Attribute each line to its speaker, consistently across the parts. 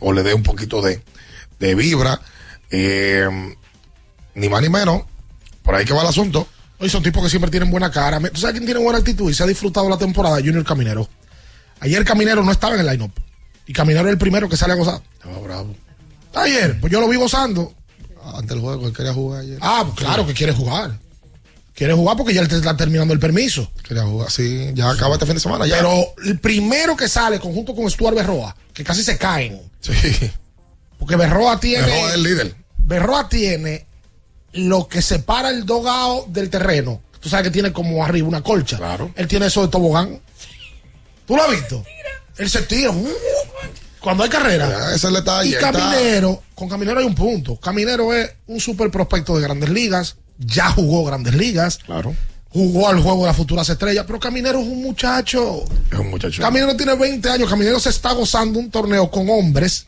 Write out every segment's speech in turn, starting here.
Speaker 1: o le dé un poquito de, de vibra. Eh, ni más ni menos. Por ahí que va el asunto. Hoy son tipos que siempre tienen buena cara. ¿Tú sabes quién tiene buena actitud y se ha disfrutado la temporada? Junior Caminero. Ayer Caminero no estaba en el line-up. Y Caminero es el primero que sale a gozar.
Speaker 2: Ah,
Speaker 1: Estaba bravo. Ayer, pues yo lo vi gozando.
Speaker 2: Ante el Ah, juego, él quería jugar ayer.
Speaker 1: Ah, pues claro que quiere jugar. Quiere jugar porque ya él te está terminando el permiso.
Speaker 2: Quería jugar, sí. Ya acaba este fin de semana. Ya.
Speaker 1: Pero el primero que sale, conjunto con Stuart Berroa, que casi se caen.
Speaker 2: Sí.
Speaker 1: Porque Berroa tiene.
Speaker 2: Berroa es el líder.
Speaker 1: Berroa tiene lo que separa el dogao del terreno. Tú sabes que tiene como arriba una colcha.
Speaker 2: Claro.
Speaker 1: Él tiene eso de tobogán. ¿Tú lo has visto? Él se tira. uh, Cuando hay carrera.
Speaker 2: Ya, Ah, Ese es el detalle.
Speaker 1: Y
Speaker 2: está-
Speaker 1: Caminero, con Caminero hay un punto. Caminero es un super prospecto de grandes ligas. Ya jugó grandes ligas.
Speaker 2: Claro.
Speaker 1: Jugó al juego de las futuras estrellas. Pero Caminero es un muchacho.
Speaker 2: Es un muchacho.
Speaker 1: Caminero tiene 20 años. Caminero se está gozando un torneo con hombres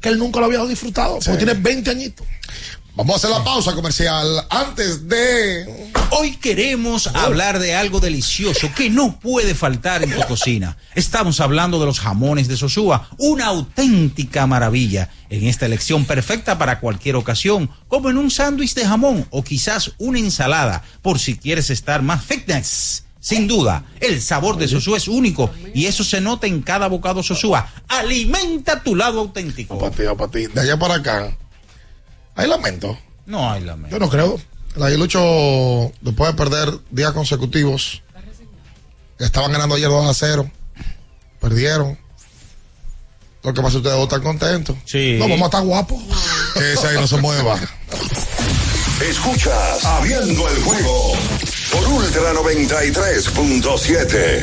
Speaker 1: que él nunca lo había disfrutado. Porque tiene 20 añitos.
Speaker 2: Vamos a hacer la pausa comercial antes de.
Speaker 3: Hoy queremos hablar de algo delicioso que no puede faltar en tu cocina. Estamos hablando de los jamones de Sosúa, una auténtica maravilla en esta elección perfecta para cualquier ocasión, como en un sándwich de jamón o quizás una ensalada, por si quieres estar más fitness. Sin duda, el sabor de Sosúa es único y eso se nota en cada bocado Sosúa. Alimenta tu lado auténtico.
Speaker 2: Para ti, para ti.
Speaker 1: De allá para acá.
Speaker 2: Ahí lamento.
Speaker 3: No hay lamento.
Speaker 1: Yo no creo.
Speaker 2: La Lucho, después de perder días consecutivos, estaban ganando ayer 2 a 0. Perdieron. Lo que pasa, ustedes dos están contentos.
Speaker 3: Sí.
Speaker 1: No, vamos a estar guapos.
Speaker 2: Que ese ahí no se mueva.
Speaker 4: Escuchas Abriendo el juego por Ultra 93.7.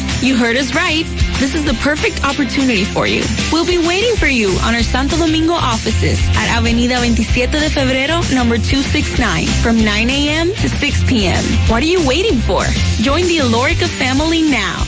Speaker 5: You heard us right. This is the perfect opportunity for you. We'll be waiting for you on our Santo Domingo offices at Avenida 27 de Febrero, number 269, from 9 a.m. to 6 p.m. What are you waiting for? Join the Alorica family now.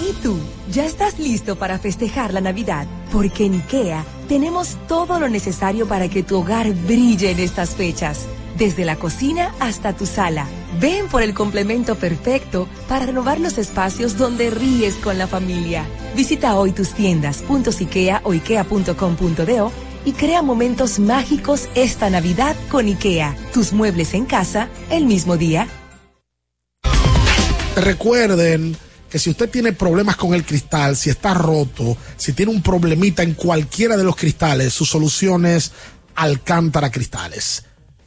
Speaker 6: ¿Y tú? ¿Ya estás listo para festejar la Navidad? Porque en IKEA tenemos todo lo necesario para que tu hogar brille en estas fechas. Desde la cocina hasta tu sala. Ven por el complemento perfecto para renovar los espacios donde ríes con la familia. Visita hoy tus tiendas, puntos IKEA o ikea.com.do y crea momentos mágicos esta Navidad con IKEA. Tus muebles en casa el mismo día.
Speaker 1: Recuerden que si usted tiene problemas con el cristal, si está roto, si tiene un problemita en cualquiera de los cristales, su solución es Alcántara Cristales.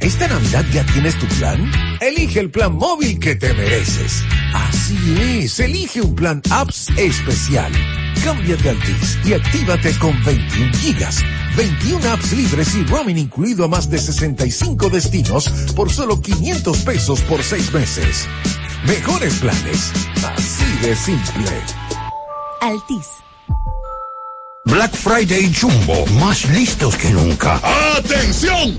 Speaker 7: ¿Esta Navidad ya tienes tu plan? Elige el plan móvil que te mereces. Así es, elige un plan apps especial. Cámbiate al TIS y actívate con 21 gigas, 21 apps libres y roaming incluido a más de 65 destinos por solo 500 pesos por 6 meses. Mejores planes, así de simple.
Speaker 6: Altis.
Speaker 8: Black Friday y Jumbo, más listos que nunca.
Speaker 4: ¡Atención!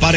Speaker 9: Para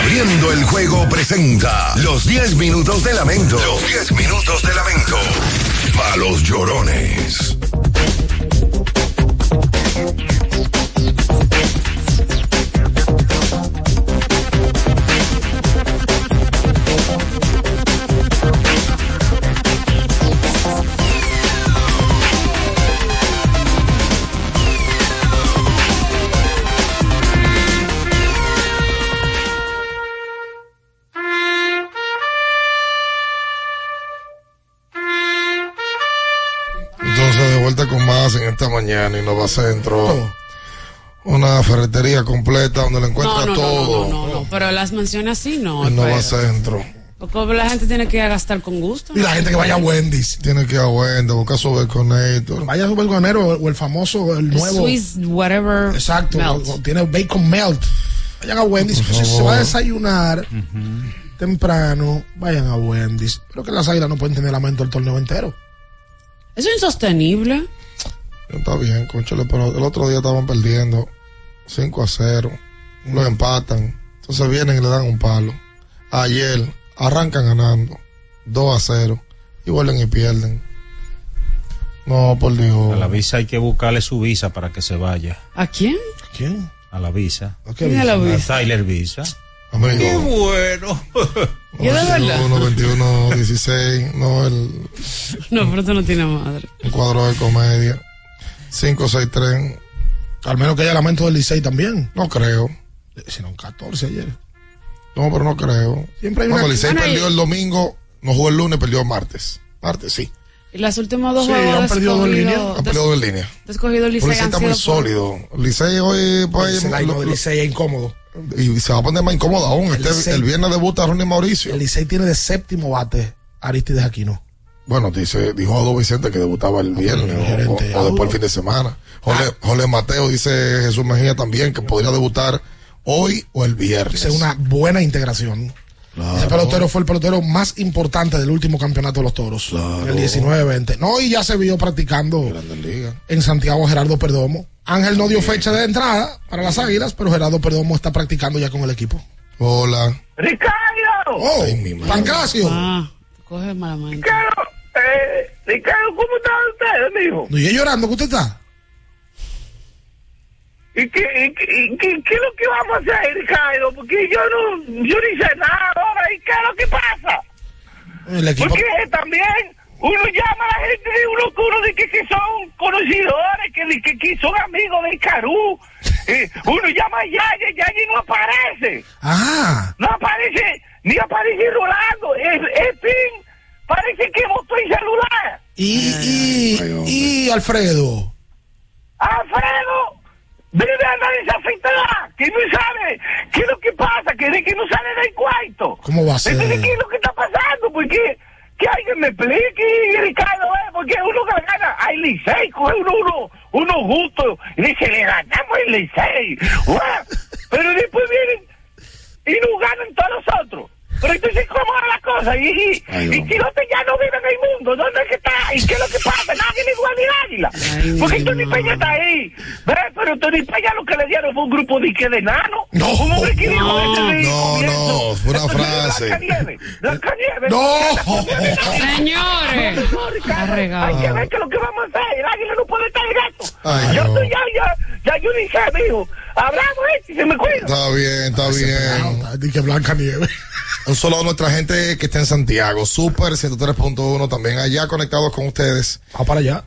Speaker 4: Abriendo el juego presenta los 10 minutos de lamento. Los 10 minutos de lamento. Para los llorones.
Speaker 1: Entonces, de vuelta con más en esta mañana y nos va
Speaker 10: Oh.
Speaker 1: centro. Una ferretería completa donde lo encuentra
Speaker 11: No, no, no,
Speaker 1: todo.
Speaker 11: no, no, no, no, pero las menciones así no.
Speaker 1: En Nova
Speaker 11: pero-
Speaker 1: Centro.
Speaker 11: Porque la gente tiene que ir a gastar con gusto.
Speaker 10: Y la gente que vaya a Wendy's.
Speaker 1: Tiene que ir a Wendy, buscar su Baconator.
Speaker 10: Vaya a Supergonero o el famoso, el nuevo.
Speaker 11: Swiss, whatever.
Speaker 10: Exacto.
Speaker 11: melt.
Speaker 10: o- Tiene bacon melt. Vayan a Wendy's.
Speaker 1: Por
Speaker 10: Si se
Speaker 1: favor.
Speaker 10: va a desayunar temprano, vayan a Wendy's. Pero que las águilas no pueden tener lamento el torneo entero.
Speaker 11: Es insostenible.
Speaker 1: Está bien, conchale, pero el otro día estaban perdiendo 5 a 0. Los empatan. Entonces vienen y le dan un palo. Ayer arrancan ganando 2 a 0.
Speaker 2: y vuelven y pierden. No, por Dios.
Speaker 1: Oh.
Speaker 3: A la visa hay que buscarle su visa para que se vaya.
Speaker 11: ¿A quién?
Speaker 1: ¿A quién?
Speaker 3: A la visa.
Speaker 1: qué ¿Quién es visa? la visa?
Speaker 3: A Tyler Visa.
Speaker 2: Amigo.
Speaker 3: Qué bueno.
Speaker 11: ¿Y era verdad?
Speaker 2: 21, 21, 16. No, el,
Speaker 11: No, pero tú no tienes madre.
Speaker 2: un cuadro de comedia. 5, 6, 3.
Speaker 1: Al menos que haya lamento del Licey también. No creo. Sino 14 ayer.
Speaker 2: No, pero no creo.
Speaker 1: Siempre hay
Speaker 2: Cuando
Speaker 1: una-
Speaker 2: el Licey
Speaker 1: Bueno,
Speaker 2: perdió
Speaker 1: y-
Speaker 2: el domingo, no jugó el lunes, perdió el martes. Martes, sí.
Speaker 11: Y las últimas dos
Speaker 2: Sí,
Speaker 11: juegos
Speaker 2: han
Speaker 11: de
Speaker 2: perdido dos
Speaker 11: escogido-
Speaker 2: líneas. Han
Speaker 11: de-
Speaker 2: perdido dos líneas.
Speaker 11: de escogido el
Speaker 2: El
Speaker 11: Licey
Speaker 2: Licey
Speaker 11: han
Speaker 2: está muy
Speaker 11: sido por-
Speaker 2: sólido. El Licey hoy. Pues,
Speaker 1: Ese line-up del Licey es incómodo.
Speaker 2: Y se va a poner más incómodo aún.
Speaker 1: El
Speaker 2: Este-
Speaker 1: Licey-
Speaker 2: el viernes debuta Ronnie Mauricio.
Speaker 1: El Licey tiene de séptimo bate Aristides Aquino.
Speaker 2: Bueno, dice, dijo Odo Vicente que debutaba el viernes o, o- o después el fin de semana.
Speaker 1: Ah.
Speaker 2: Jorge, Jorge Mateo dice Jesús Mejía también que podría debutar hoy o el viernes.
Speaker 1: Esa es una buena integración. Ese pelotero fue el pelotero más importante del último campeonato de los toros. En el 19-20. No, y ya se vio practicando en Santiago Gerardo Perdomo. Ángel no dio fecha de entrada para las águilas, pero Gerardo Perdomo está practicando ya con el equipo.
Speaker 2: Hola.
Speaker 12: ¡Ricardo!
Speaker 1: ¡Oh! ¡Pancracio!
Speaker 11: Ah, coge mala mano.
Speaker 12: Ricardo, eh, Ricardo, ¿cómo están ustedes, mijo?
Speaker 1: ¿No y llorando que usted está?
Speaker 12: ¿Y qué, y, qué- y qué- qué es lo que vamos a hacer ahí, Ricardo? Porque yo no, yo no hice nada ahora. ¿Y qué es lo que pasa?
Speaker 1: El equipo,
Speaker 12: Porque también uno llama a la gente de uno que uno dice que, que son conocedores, que, di- que, que son amigos del Carú. Eh, uno llama a Yaya, Yaya no aparece.
Speaker 1: Ah.
Speaker 12: No aparece, ni aparece Rolando. Es, es Pin. Parece que votó el celular.
Speaker 1: Y, y, y Alfredo.
Speaker 12: Alfredo, debe andar desafectada, que no sabe qué es lo que pasa, que de que no sale del cuarto.
Speaker 1: ¿Cómo va a ser?
Speaker 12: Entonces, ¿qué es lo que está pasando? Porque que alguien me explique, Ricardo, eh, porque uno que gana, hay Licey, coge uno, uno, uno justo, y dice, le ganamos el Licey. Uah, Pero después vienen y nos ganan todos los otros. Pero entonces, ¿cómo es la cosa? Y, y, y Quijote ya no vive en el mundo. ¿Dónde es que está? ¿Y qué es lo que pasa? Nadie ni igual ni águila. Porque Tony Peña está ahí. Ve, Pero Tony Peña lo que le dieron fue un grupo de que de nano. No, no, no, no,
Speaker 2: fue una frase.
Speaker 12: No,
Speaker 11: Señores.
Speaker 12: hay que ver qué es lo que vamos a hacer. El águila no puede estar el gato. yo estoy ya, ya, ya, yo ni sé, mijo. Hablamos, eh, si se me cuida.
Speaker 2: Está bien, está bien.
Speaker 1: Dije Blanca Nieve.
Speaker 2: Un saludo a nuestra gente que está en Santiago. Super 103.1 también allá conectados con ustedes.
Speaker 1: Vamos para allá.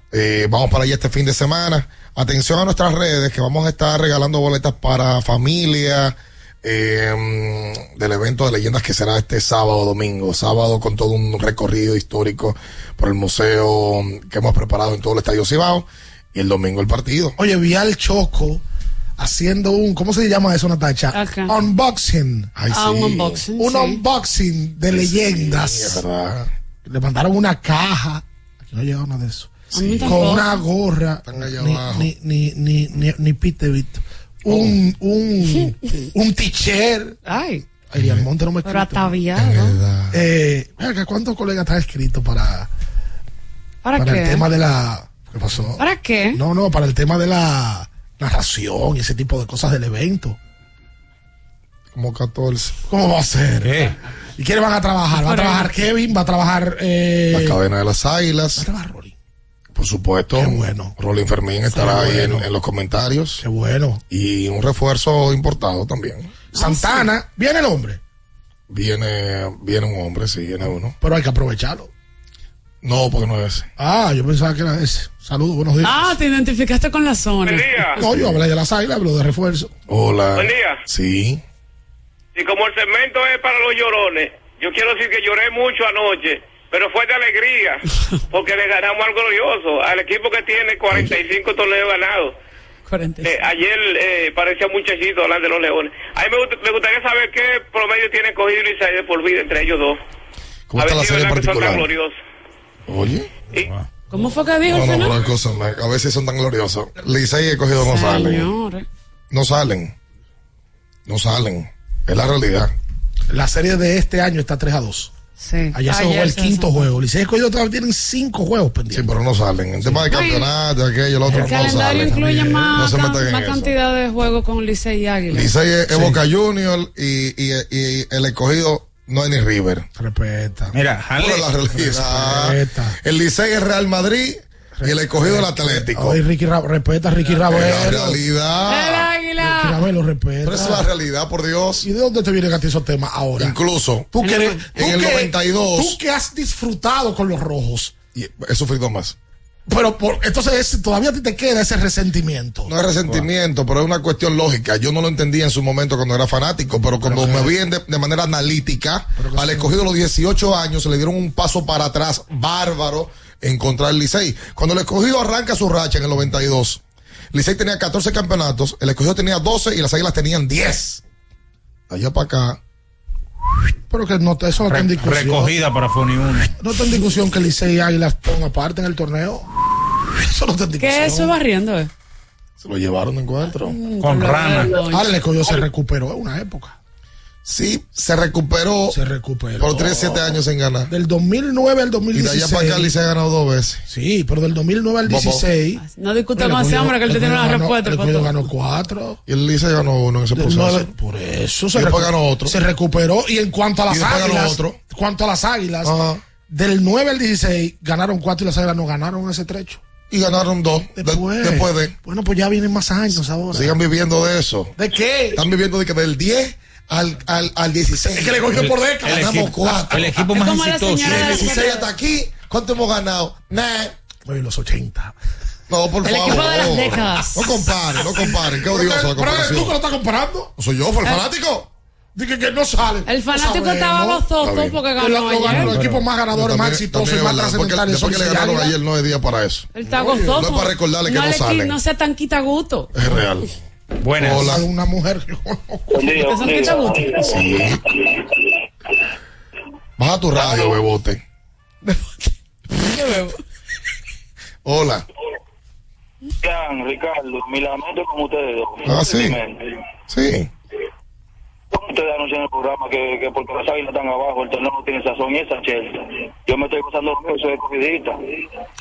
Speaker 2: vamos para allá este fin de semana. Atención a nuestras redes que vamos a estar regalando boletas para familia eh, del evento de leyendas que será este sábado, domingo. Sábado con todo un recorrido histórico por el museo que hemos preparado en todo el Estadio Cibao. Y el domingo el partido.
Speaker 1: Oye, vi al Choco haciendo un, ¿cómo se llama eso, Natacha? Unboxing.
Speaker 2: Ay, Ah, un sí. unboxing,
Speaker 1: Un
Speaker 2: sí.
Speaker 1: unboxing de leyendas.
Speaker 2: Sí, es verdad.
Speaker 1: Le mandaron una caja. Aquí no llega una de eso.
Speaker 2: A mí
Speaker 1: Con
Speaker 2: tampoco.
Speaker 1: una gorra.
Speaker 2: Están allá
Speaker 1: Ni,
Speaker 2: abajo.
Speaker 1: ni, ni, ni, ni, ni pite visto. Un,
Speaker 2: Oh.
Speaker 1: un, un t-shirt.
Speaker 11: Ay.
Speaker 1: Ay, el monte no me
Speaker 11: Pero
Speaker 1: escrito.
Speaker 11: ataviado.
Speaker 1: Eh, ven acá, ¿cuántos colegas están escritos para,
Speaker 11: ¿Para,
Speaker 1: el
Speaker 11: qué?
Speaker 1: tema de la. ¿Qué pasó?
Speaker 11: ¿Para qué?
Speaker 1: No, no, para el tema de la narración y ese tipo de cosas del evento.
Speaker 2: Como 14.
Speaker 1: ¿Cómo va a ser? ¿Y quiénes van a trabajar? ¿Va a trabajar Kevin? ¿Va a trabajar eh,
Speaker 2: La cadena de las águilas. Por supuesto. bueno. Rolling Fermín estará ahí en, en los comentarios. Qué
Speaker 1: bueno. Ah,
Speaker 2: Y un refuerzo importado también.
Speaker 1: Santana? Viene el hombre.
Speaker 2: Viene, viene un hombre, sí, viene uno.
Speaker 1: Pero hay que aprovecharlo.
Speaker 2: No, porque no es ese.
Speaker 1: Ah, yo pensaba que era ese. Saludos, buenos días.
Speaker 11: Ah, te identificaste con la zona.
Speaker 1: No, yo hablé de las águilas, hablo de refuerzo.
Speaker 2: Hola.
Speaker 12: Buen día.
Speaker 2: Sí.
Speaker 12: Y como el segmento es para los llorones, yo quiero decir que lloré mucho anoche, pero fue de alegría, porque le ganamos algo glorioso al equipo que tiene 45 torneos ganados. Eh, ayer eh, parecía un muchachito hablando de los leones. A mí me, gust- me gustaría saber qué promedio tiene cogido y Isaías por vida entre ellos dos.
Speaker 2: ¿Cómo
Speaker 12: a
Speaker 2: está
Speaker 12: ver
Speaker 2: la
Speaker 12: si
Speaker 2: serie
Speaker 12: es
Speaker 2: en
Speaker 12: verdad que son tan
Speaker 2: particular?
Speaker 12: gloriosos.
Speaker 2: Oye.
Speaker 11: ¿Cómo fue que dijo
Speaker 2: No,
Speaker 11: el
Speaker 2: no, pero
Speaker 11: final?
Speaker 2: hay cosas, man, a veces son tan gloriosas. Licey y cogido no salen.
Speaker 11: Señores.
Speaker 2: No salen. No salen. Es la realidad.
Speaker 1: La serie de este año está 3 a 2.
Speaker 11: Sí.
Speaker 1: Allá se
Speaker 2: Ayer
Speaker 1: jugó el
Speaker 2: se
Speaker 1: quinto juego. Licey Escogido todavía tienen 5 juegos pendientes.
Speaker 2: Sí, pero no salen. El tema de
Speaker 1: Sí.
Speaker 2: campeonato, aquello, el otro
Speaker 1: El
Speaker 2: no
Speaker 11: calendario
Speaker 2: salen.
Speaker 11: incluye
Speaker 2: No
Speaker 11: más,
Speaker 2: se
Speaker 11: can-
Speaker 2: metan en
Speaker 11: más
Speaker 2: eso.
Speaker 11: cantidad de juegos con Licey y Águila.
Speaker 2: Licey es es Boca Junior y, y- y el escogido
Speaker 1: no hay ni River. Pues,
Speaker 2: Respeta.
Speaker 13: Mira,
Speaker 1: Por la realidad. El Licey es Real Madrid y el escogido el Atlético.
Speaker 2: Oye, Ricky Rab respeta a Ricky Ravelo.
Speaker 1: la realidad.
Speaker 11: El
Speaker 2: Ricky
Speaker 11: águila.
Speaker 2: Ravelo, respeta.
Speaker 1: Pero esa es la realidad, por Dios.
Speaker 2: ¿Y de dónde te vienen a ti esos temas ahora?
Speaker 1: Incluso, tú
Speaker 2: En
Speaker 1: que
Speaker 2: el-
Speaker 1: eres-
Speaker 2: tú
Speaker 1: en el
Speaker 2: que-
Speaker 1: 92.
Speaker 2: Tú que has disfrutado con los rojos.
Speaker 1: Y he sufrido más.
Speaker 2: Pero por, entonces es- todavía a ti te queda ese resentimiento.
Speaker 1: No es resentimiento, pero es una cuestión lógica. Yo no lo entendía en su momento cuando era fanático, pero cuando me vi en de, de manera analítica, al escogido a los 18 años se le dieron un paso para atrás bárbaro en contra del Licey. Cuando el escogido arranca su racha en el 92, Licey tenía 14 campeonatos, el escogido tenía 12 y las águilas tenían 10. Allá para acá.
Speaker 2: Pero que no, te- eso no está en discusión.
Speaker 13: Recogida para Foni 1.
Speaker 2: No está en discusión que Licey y Águilas pongan parte en el torneo. Eso no está en discusión.
Speaker 11: ¿Qué es eso barriendo? eh?
Speaker 1: Se lo llevaron de encuentro.
Speaker 2: Con rana. Ah, el escogido se recuperó en una época.
Speaker 1: Sí, se recuperó.
Speaker 2: Se recuperó.
Speaker 1: Por 3, 7 años en ganar.
Speaker 2: Del 2009 al
Speaker 1: Y de
Speaker 2: 2016.
Speaker 1: allá para acá Licey ha ganado dos veces.
Speaker 2: Sí, pero del 2009 al
Speaker 1: Bobo.
Speaker 2: 16.
Speaker 11: No discuta
Speaker 2: El
Speaker 11: más ese
Speaker 2: Escogido-
Speaker 11: hombre que él te
Speaker 2: el
Speaker 11: tiene la
Speaker 2: Escogido ganó-
Speaker 11: respuesta.
Speaker 2: El escogido
Speaker 11: Pato.
Speaker 2: ganó cuatro.
Speaker 1: Y el Licey ganó uno en ese
Speaker 2: Del
Speaker 1: proceso.
Speaker 2: nueve- por eso
Speaker 1: Y
Speaker 2: se,
Speaker 1: después
Speaker 2: recu-
Speaker 1: ganó otro.
Speaker 2: se recuperó. Y en cuanto a
Speaker 1: Y
Speaker 2: las
Speaker 1: después ganó
Speaker 2: águilas,
Speaker 1: otro.
Speaker 2: cuanto a las águilas,
Speaker 1: Ajá.
Speaker 2: del 9 al 16 ganaron cuatro y las águilas no ganaron ese trecho.
Speaker 1: y ganaron dos. De-
Speaker 2: Después.
Speaker 1: después de.
Speaker 2: Bueno, pues ya vienen más años ahora.
Speaker 1: Sigan viviendo de eso.
Speaker 2: ¿De qué?
Speaker 1: Están viviendo de que del 10 al, al, al 16.
Speaker 2: Es que le cogió por décadas.
Speaker 1: Ganamos
Speaker 13: equipo-
Speaker 1: cuatro.
Speaker 13: el equipo más Es como la exitoso. señora
Speaker 1: Del
Speaker 13: de la
Speaker 1: 16
Speaker 13: señora.
Speaker 1: hasta aquí, ¿cuánto hemos ganado? Nah.
Speaker 2: Oye, los 80.
Speaker 1: No, por
Speaker 11: El
Speaker 1: favor.
Speaker 11: equipo de las décadas.
Speaker 1: No comparen, no comparen. Qué
Speaker 2: Pero
Speaker 1: odioso
Speaker 2: que-
Speaker 1: la
Speaker 2: pero que tú
Speaker 1: comparación.
Speaker 2: que lo estás comparando.
Speaker 1: No soy yo, fue el fanático.
Speaker 2: Dije que no sale.
Speaker 11: Ah. El fanático
Speaker 2: No
Speaker 11: estaba
Speaker 2: sabemos.
Speaker 1: Está
Speaker 11: gozoso
Speaker 1: bien.
Speaker 11: porque
Speaker 2: Lo- lo
Speaker 11: ganó
Speaker 2: ganó los
Speaker 11: ayer.
Speaker 2: equipos más ganadores, más
Speaker 1: También-
Speaker 2: exitosos y
Speaker 1: también
Speaker 2: más
Speaker 1: es verdad, porque
Speaker 2: trascendentales.
Speaker 1: Después que
Speaker 2: son
Speaker 1: le
Speaker 2: Licey y
Speaker 1: ganaron
Speaker 2: Águila.
Speaker 1: ayer, no es día para eso.
Speaker 11: Él está
Speaker 1: No es
Speaker 11: gozoso.
Speaker 1: para recordarle que no
Speaker 11: le qui-
Speaker 1: salen.
Speaker 11: No sea tan quitaguto.
Speaker 1: Es real.
Speaker 13: Buenas.
Speaker 1: Hola.
Speaker 2: Una mujer.
Speaker 11: Que son quitagutos.
Speaker 1: Baja tu radio, bebote.
Speaker 11: Yo veo.
Speaker 1: Hola.
Speaker 14: Jan, Ricardo, mi lamento como ustedes dos.
Speaker 1: Ah, sí.
Speaker 14: Simplemente.
Speaker 1: Sí.
Speaker 14: Como ustedes anuncian en el programa que, que porque las águilas están abajo, el torneo no tiene sazón y esa chelta. Yo me estoy gozando lo mío, soy escogidista.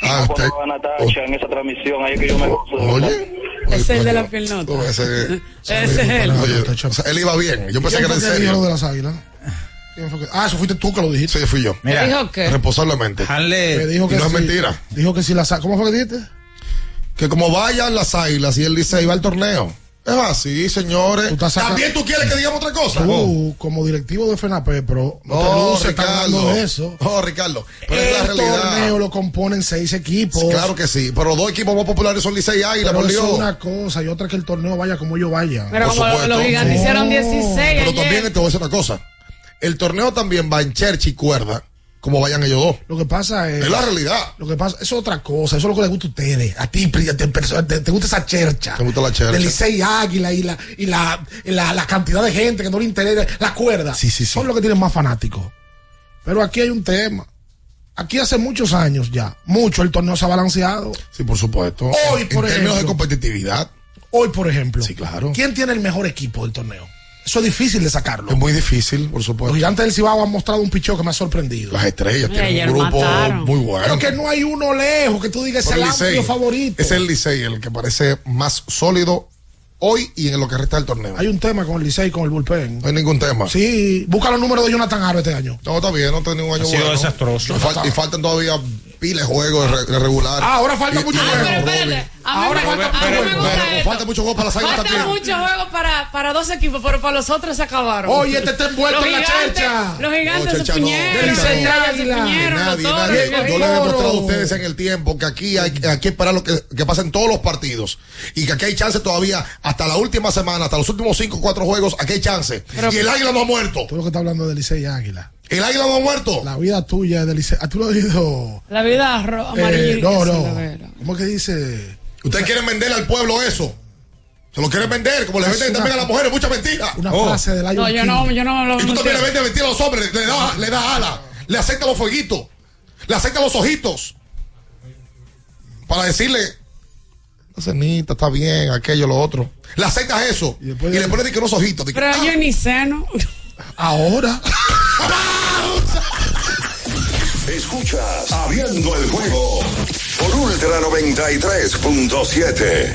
Speaker 1: Ah,
Speaker 14: Cuando
Speaker 1: está-
Speaker 14: va Natacha en esa transmisión, ahí es que yo me gozo.
Speaker 1: Oye.
Speaker 11: Es el de la piernota.
Speaker 1: No, ese-
Speaker 11: Ese es él.
Speaker 1: Oye, o sea, él iba bien. Yo pensé que era en
Speaker 2: dijo lo de
Speaker 1: serio.
Speaker 2: las águilas? ¿Quién fue que- Ah, eso fuiste tú que lo dijiste.
Speaker 1: Sí, fui yo.
Speaker 13: Mira,
Speaker 11: Dijo que.
Speaker 1: Responsablemente.
Speaker 2: Me
Speaker 13: Hanle,
Speaker 2: dijo que
Speaker 1: Y no es
Speaker 2: sí.
Speaker 1: mentira.
Speaker 2: Dijo que si las águilas. ¿Cómo fue que dijiste?
Speaker 1: Que como vayan las águilas y él dice, iba al torneo. Es así, señores.
Speaker 2: Tú estás saca-
Speaker 1: También tú quieres que digamos otra cosa. Oh.
Speaker 2: Tú, como directivo de FENAPE, pero no, te
Speaker 1: No,
Speaker 2: luces, estás hablando
Speaker 1: Ricardo.
Speaker 2: de eso.
Speaker 1: No, Ricardo. Pero es la
Speaker 2: El torneo
Speaker 1: realidad.
Speaker 2: lo componen seis equipos.
Speaker 1: Claro que sí. Pero los dos equipos más populares son Licey y Águila,
Speaker 2: Pero
Speaker 1: por
Speaker 2: eso
Speaker 1: Dios.
Speaker 2: es una cosa y otra es que el torneo vaya como yo vaya.
Speaker 11: Pero
Speaker 1: Por
Speaker 11: como lo-
Speaker 1: supuesto.
Speaker 11: los gigantes hicieron 16
Speaker 1: Pero
Speaker 11: ayer.
Speaker 1: también te voy a decir una cosa. El torneo también va en Cherchi y cuerda, como vayan ellos dos.
Speaker 2: Lo que pasa es.
Speaker 1: Es la realidad.
Speaker 2: Lo que pasa eso es otra cosa. Eso es lo que les gusta a ustedes. A ti, Pri, te, perso- te- te gusta esa chercha.
Speaker 1: Te gusta la chercha.
Speaker 2: Del Licey Águila y, la, y la, y la, la cantidad de gente que no le interesa. La cuerda.
Speaker 1: Sí, sí, sí.
Speaker 2: Son los que tienen más fanáticos. Pero aquí hay un tema. Aquí hace muchos años ya. Mucho el torneo se ha balanceado.
Speaker 1: Sí, por supuesto.
Speaker 2: Hoy,
Speaker 1: en
Speaker 2: por
Speaker 1: términos de
Speaker 2: ejemplo.
Speaker 1: competitividad,
Speaker 2: Hoy, por ejemplo.
Speaker 1: Sí, claro.
Speaker 2: ¿Quién tiene el mejor equipo del torneo? Eso es difícil de sacarlo.
Speaker 1: es muy difícil, por
Speaker 2: Los
Speaker 1: supuesto.
Speaker 2: gigantes del Cibao han mostrado un picheo que me ha sorprendido.
Speaker 1: Las estrellas
Speaker 11: Mira,
Speaker 1: tienen
Speaker 11: ayer
Speaker 1: un grupo
Speaker 11: mataron.
Speaker 1: muy bueno.
Speaker 2: Pero que no hay uno lejos que tú digas es
Speaker 1: Pero
Speaker 2: el
Speaker 1: Licey,
Speaker 2: amplio favorito.
Speaker 1: Es el Licey el que parece más sólido hoy y en lo que resta del torneo.
Speaker 2: Hay un tema con el Licey y con el bullpen.
Speaker 1: No hay ningún tema.
Speaker 2: Sí, busca los números de Jonathan Aro este año.
Speaker 1: No, está bien, no tenía un año
Speaker 13: ha sido
Speaker 1: bueno.
Speaker 13: desastroso.
Speaker 1: Y, fal- y faltan todavía piles de juegos de re- de regular.
Speaker 2: Ah, ahora falta mucho
Speaker 11: Ah,
Speaker 2: juego,
Speaker 11: pero
Speaker 1: Robin.
Speaker 11: espérate. A mí
Speaker 2: Ahora
Speaker 11: me gusta- a mí
Speaker 2: pero-
Speaker 11: me
Speaker 2: pero-
Speaker 11: gusta
Speaker 1: Pero
Speaker 11: esto.
Speaker 1: falta mucho juego para las águilas
Speaker 11: Faltan
Speaker 1: también.
Speaker 11: muchos juegos para, para dos equipos, pero para los otros se acabaron.
Speaker 2: Oye, este está envuelto
Speaker 11: Los
Speaker 2: en la
Speaker 11: gigantes-
Speaker 2: chercha.
Speaker 11: Los
Speaker 1: No,
Speaker 11: gigantes
Speaker 1: chercha
Speaker 11: se
Speaker 1: no,
Speaker 11: puñeron, los
Speaker 2: chercha no.
Speaker 11: gigantes se
Speaker 2: Águila.
Speaker 11: puñeron, los
Speaker 1: Nadie,
Speaker 11: toros,
Speaker 1: nadie.
Speaker 11: los
Speaker 1: Yo les he
Speaker 2: Toro.
Speaker 1: demostrado a ustedes en el tiempo que aquí hay, hay que esperar lo que, que pasen todos los partidos y que aquí hay chance todavía hasta la última semana, hasta los últimos cinco o cuatro juegos, aquí hay chance. y el águila no ha muerto.
Speaker 2: Tú lo que estás hablando de Licey y Águila.
Speaker 1: El águila no ha muerto.
Speaker 2: La vida tuya es de Licey. Ah, tú lo has dicho.
Speaker 11: La vida ro-
Speaker 2: eh,
Speaker 11: amarilla.
Speaker 2: no,
Speaker 11: sí,
Speaker 2: no.
Speaker 11: la vera.
Speaker 2: ¿Cómo que dice?
Speaker 1: Ustedes quieren venderle al pueblo eso. Se lo quieren vender, como le
Speaker 2: Es
Speaker 1: venden
Speaker 2: una-
Speaker 1: también a las mujeres, mucha mentira.
Speaker 2: Una
Speaker 13: Oh.
Speaker 2: frase de la
Speaker 11: No, yo no, yo no lo
Speaker 1: Y tú también le
Speaker 11: entiendo.
Speaker 1: vendes mentira a los hombres, le da, le da ala, le acepta los fueguitos, le acepta los ojitos. Para decirle, la cenita está bien, aquello, lo otro. Le aceptas eso. Y,
Speaker 2: después
Speaker 1: le
Speaker 2: de-
Speaker 1: pones de que unos ojitos. de que,
Speaker 11: Pero
Speaker 1: ah,
Speaker 11: yo ni Ah, seno.
Speaker 2: Ahora.
Speaker 15: Escuchas
Speaker 4: Abriendo el juego por Ultra 93.7.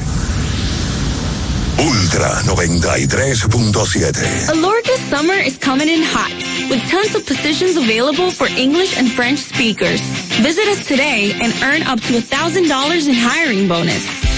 Speaker 4: Ultra 93.7.
Speaker 5: Allure this summer is coming in hot with tons of positions available for English and French speakers. Visit us today and earn up to $1,000 in hiring bonus.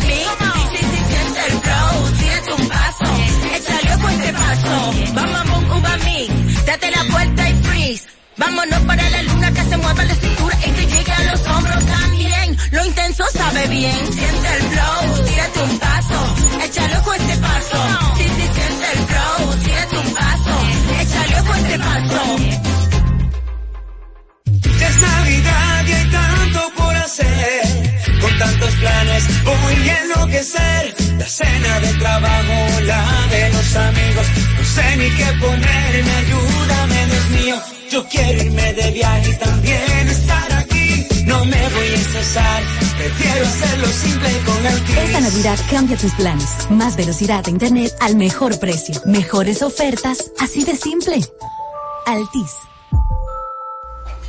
Speaker 10: mi. Sí, sí, siente el flow, tírate un paso, échale ojo a este paso, bum, bum, bum, uva, mi. Date la vuelta y freeze. Vámonos para la luna que se mueva la cintura y que llegue a los hombros también. Lo intenso sabe bien. Siente el flow, tírate un paso, échale ojo a este paso. Sí, sí, siente el flow, tírate un paso, échale ojo a este paso.
Speaker 16: Ya es Navidad y hay tanto por hacer. Con tantos planes voy a enloquecer. La cena de trabajo, la de los amigos. No sé ni qué ponerme, ayúdame, Dios mío. Yo quiero irme de viaje y también estar aquí. No me voy a estresar, prefiero hacerlo simple con el
Speaker 17: Esta Navidad cambia tus planes. Más velocidad a internet al mejor precio. Mejores ofertas, así de simple. Altis.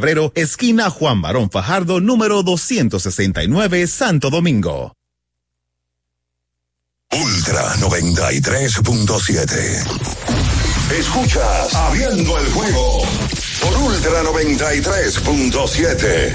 Speaker 18: Febrero, esquina Juan Barón Fajardo, número 269, Santo Domingo.
Speaker 4: Ultra 93.7. Escuchas Abriendo el juego por Ultra 93.7.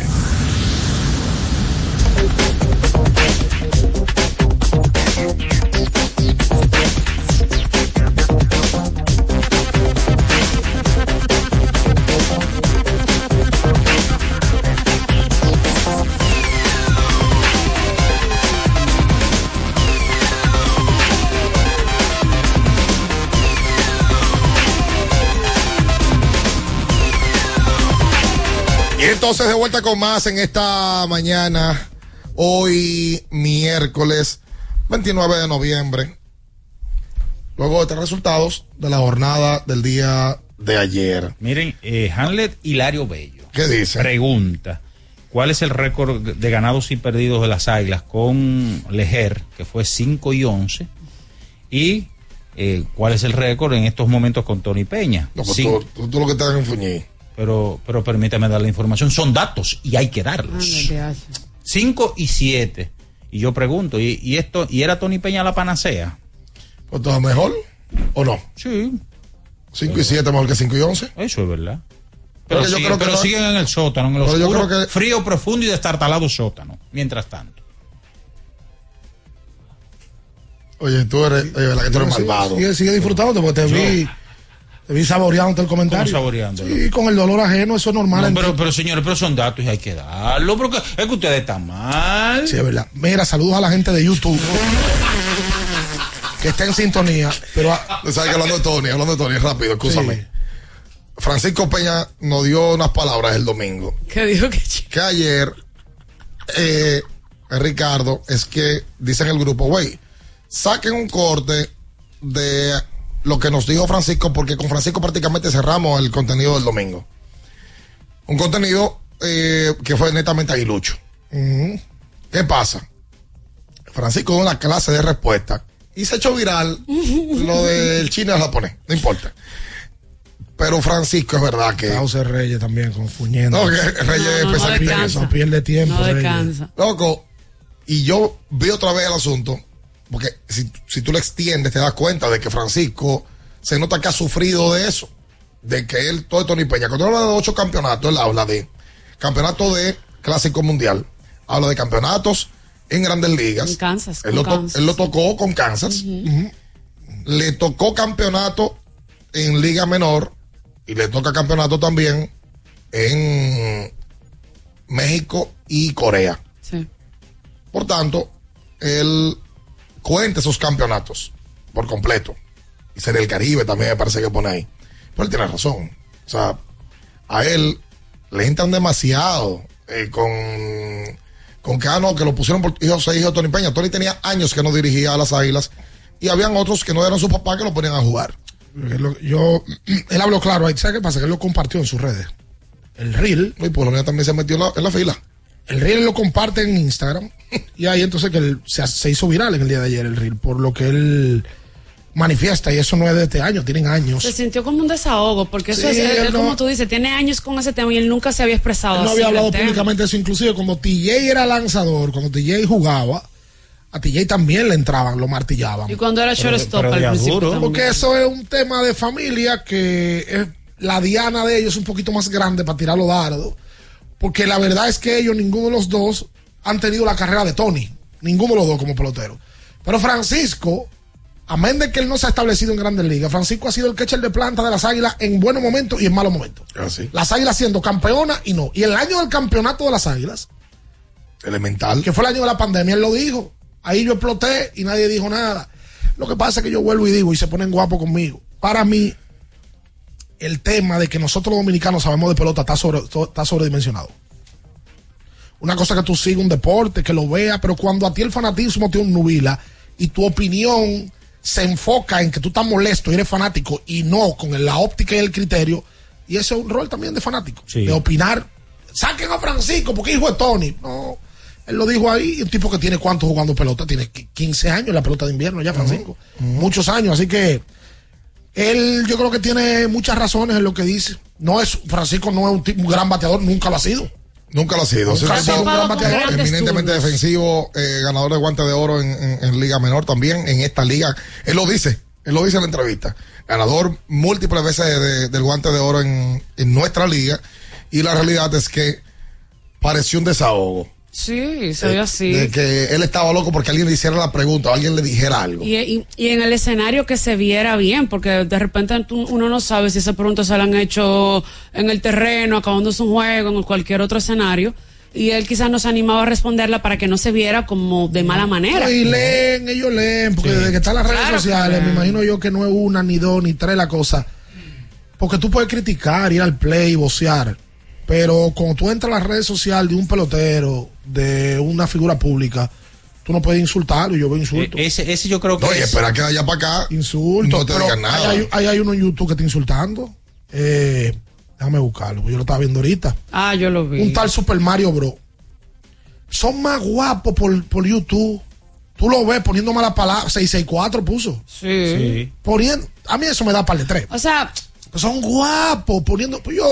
Speaker 2: Entonces, de vuelta con más en esta mañana, hoy miércoles 29 de noviembre. Luego de tres resultados de la jornada del día de ayer.
Speaker 3: Miren, eh, Hamlet Hilario Bello.
Speaker 2: ¿Qué dice?
Speaker 3: Pregunta. ¿Cuál es el récord de ganados y perdidos de las Águilas con Lejer, que fue 5 y 11? ¿Y eh, cuál es el récord en estos momentos con Tony Peña?
Speaker 2: No, pues
Speaker 3: Sí,
Speaker 2: tú, tú- tú lo que estás en Fuñi.
Speaker 3: pero, pero permítame dar la información. Son datos y hay que darlos. 5 y 7. Y yo pregunto, ¿y, y esto, ¿y era Tony Peña la panacea?
Speaker 2: Pues todo mejor, ¿o no?
Speaker 3: Sí.
Speaker 2: 5 y 7 mejor que 5 y 11.
Speaker 3: Eso es verdad.
Speaker 2: Pero
Speaker 3: Pero,
Speaker 2: yo
Speaker 3: siguen,
Speaker 2: creo que
Speaker 3: pero
Speaker 2: no-
Speaker 3: siguen en el sótano, en el
Speaker 2: Pero yo
Speaker 3: oscuro,
Speaker 2: creo
Speaker 3: frío profundo y destartalado sótano, mientras tanto.
Speaker 2: Oye, tú eres, oye, ¿verdad que tú eres
Speaker 1: Sigue-
Speaker 2: malvado?
Speaker 1: Sigue, sigue disfrutando, porque te
Speaker 3: Yo.
Speaker 1: vi, te vi saboreando el comentario.
Speaker 3: saboreándolo?
Speaker 1: Sí, con el dolor ajeno, eso es normal.
Speaker 3: No,
Speaker 1: en-
Speaker 3: pero, pero señores, pero son datos y hay que darlo, porque es que ustedes están mal.
Speaker 1: Sí, es verdad. Mira, saludos a la gente de YouTube. que está en sintonía.
Speaker 2: Pero ah, sabes que hablando de Tony, hablando de Tony, rápido, escúchame. Francisco Peña nos dio unas palabras el domingo.
Speaker 11: ¿Qué dijo que
Speaker 2: Que ayer, eh, Ricardo, es que dicen el grupo, güey, saquen un corte de lo que nos dijo Francisco, porque con Francisco prácticamente cerramos el contenido del domingo. Un contenido eh, que fue netamente aguilucho.
Speaker 1: Ujú.
Speaker 2: ¿Qué pasa? Francisco dio una clase de respuesta y se echó viral lo del chino y el japonés. No importa. Pero Francisco es verdad que.
Speaker 1: Cauce Reyes también, confundiendo.
Speaker 2: No, que Reyes
Speaker 1: no,
Speaker 2: especialista en
Speaker 1: descansa.
Speaker 2: eso.
Speaker 1: No pierde tiempo,
Speaker 2: No
Speaker 1: Reyes.
Speaker 2: descansa. Loco, y yo vi otra vez el asunto, porque si, si tú lo extiendes, te das cuenta de que Francisco se nota que ha sufrido de eso. De que él, todo Tony Peña, cuando habla de ocho campeonatos, él habla de campeonato de Clásico Mundial, habla de campeonatos en grandes ligas.
Speaker 11: En Kansas,
Speaker 2: Él,
Speaker 11: con
Speaker 2: lo, to-
Speaker 11: Kansas.
Speaker 2: él lo tocó con Kansas. Ujú. Le tocó campeonato en Liga Menor y le toca campeonato también en México y Corea.
Speaker 11: Sí.
Speaker 2: Por tanto, él cuenta esos campeonatos por completo. Y Serie del Caribe también me parece que pone ahí. Pero él tiene razón. O sea, a él le entran demasiado eh, con, con que, ah, no, que lo pusieron por hijos e hijos de Tony Peña. Tony tenía años que no dirigía a las Águilas y habían otros que no eran su papá que lo ponían a jugar.
Speaker 1: Porque Eh, lo- Yo, él habló claro. ahí, ¿Sabe qué pasa? Que él lo compartió en sus redes. El reel.
Speaker 2: Y Polonia también se metió en la fila.
Speaker 1: El reel lo comparte en Instagram. Y ahí entonces que él se, se hizo viral en el día de ayer el reel. Por lo que él manifiesta. Y eso no es de este año, tienen años.
Speaker 11: Se sintió como un desahogo, porque eso
Speaker 1: Sí,
Speaker 11: es, él,
Speaker 1: él no-
Speaker 11: como tú dices, tiene años con ese tema y él nunca se había expresado
Speaker 1: Él no
Speaker 11: así
Speaker 1: había hablado
Speaker 11: del tema.
Speaker 1: públicamente de eso. Inclusive cuando TJ era lanzador, cuando TJ jugaba, a TJ también le entraban, lo martillaban.
Speaker 11: Y cuando era
Speaker 1: Pero-
Speaker 11: shortstop
Speaker 1: pero
Speaker 11: al
Speaker 1: de
Speaker 11: principio
Speaker 1: aduro.
Speaker 11: también.
Speaker 1: Porque eso es un tema de familia que es la diana de ellos es un poquito más grande para tirar los dardos. Porque la verdad es que ellos, ninguno de los dos, han tenido la carrera de Tony. Ninguno de los dos como pelotero. Pero Francisco, amén de que él no se ha establecido en grandes ligas, Francisco ha sido el catcher de planta de las águilas en buenos momentos y en malos momentos.
Speaker 7: Ah,
Speaker 2: Así.
Speaker 1: Las Águilas siendo campeona y no. Y el año del campeonato de las Águilas,
Speaker 2: Elemental.
Speaker 1: que fue el año de la pandemia, él lo dijo. Ahí yo exploté y nadie dijo nada. Lo que pasa es que yo vuelvo y digo y se ponen guapos conmigo. Para mí, el tema de que nosotros los dominicanos sabemos de pelota está, sobre, está sobredimensionado. Una cosa que tú sigas un deporte, que lo veas, pero cuando a ti el fanatismo te nubila y tu opinión se enfoca en que tú estás molesto y eres fanático y no con la óptica y el criterio, y eso es un rol también de fanático, de opinar. Saquen a Francisco porque hijo de Tony. No, él lo dijo ahí, un tipo que tiene cuánto jugando pelota, tiene qu- 15 años en la pelota de invierno ya, Francisco. Muchos años, así que él yo creo que tiene muchas razones en lo que dice. No es, Francisco no es un, tipo- un gran bateador, nunca lo ha sido.
Speaker 2: Nunca lo ha sido.
Speaker 1: Nunca
Speaker 2: Sí,
Speaker 1: ha
Speaker 2: sí,
Speaker 1: sido
Speaker 2: un
Speaker 1: un
Speaker 2: gran
Speaker 1: gran
Speaker 2: bateador,
Speaker 1: bateador.
Speaker 2: Eminentemente
Speaker 1: turnos.
Speaker 2: defensivo, eh, ganador de guante de oro en, en- en Liga Menor también, en esta liga. Él lo dice, él lo dice en la entrevista. Ganador múltiples veces de- de- del guante de oro en, en nuestra liga. Y la realidad es que pareció un desahogo.
Speaker 11: Sí, se
Speaker 2: Eh,
Speaker 11: vio así.
Speaker 2: De que él estaba loco porque alguien le hiciera la pregunta, o alguien le dijera algo.
Speaker 11: Y, y- y en el escenario que se viera bien, porque de repente tú- uno no sabe si esa pregunta se la han hecho en el terreno, acabándose un juego, en cualquier otro escenario. Y él quizás nos animaba a responderla para que no se viera como de mala manera.
Speaker 1: Y leen, ellos leen, porque desde que están las redes
Speaker 11: Claro que
Speaker 1: sociales, me imagino yo que no es una, ni dos, ni tres la cosa. Porque tú puedes criticar, ir al play, vocear. Pero cuando tú entras a las redes sociales de un pelotero, de una figura pública, tú no puedes insultarlo. Yo veo insultos.
Speaker 3: E-, Ese, ese yo creo que.
Speaker 1: Oye,
Speaker 3: es-
Speaker 1: espera que vaya para acá. Insultos.
Speaker 2: no te
Speaker 1: pero
Speaker 2: digan nada.
Speaker 1: Ahí hay, ahí hay uno en YouTube que está insultando. Eh, déjame buscarlo, porque yo lo estaba viendo ahorita.
Speaker 11: Ah, yo lo vi.
Speaker 1: Un tal Super Mario Bro. Son más guapos por, por YouTube. Tú lo ves poniendo malas palabras. 664 puso.
Speaker 11: Sí. Sí.
Speaker 1: Poniendo, a mí eso me da par de tres.
Speaker 11: O sea.
Speaker 1: Son guapos poniendo. pues Yo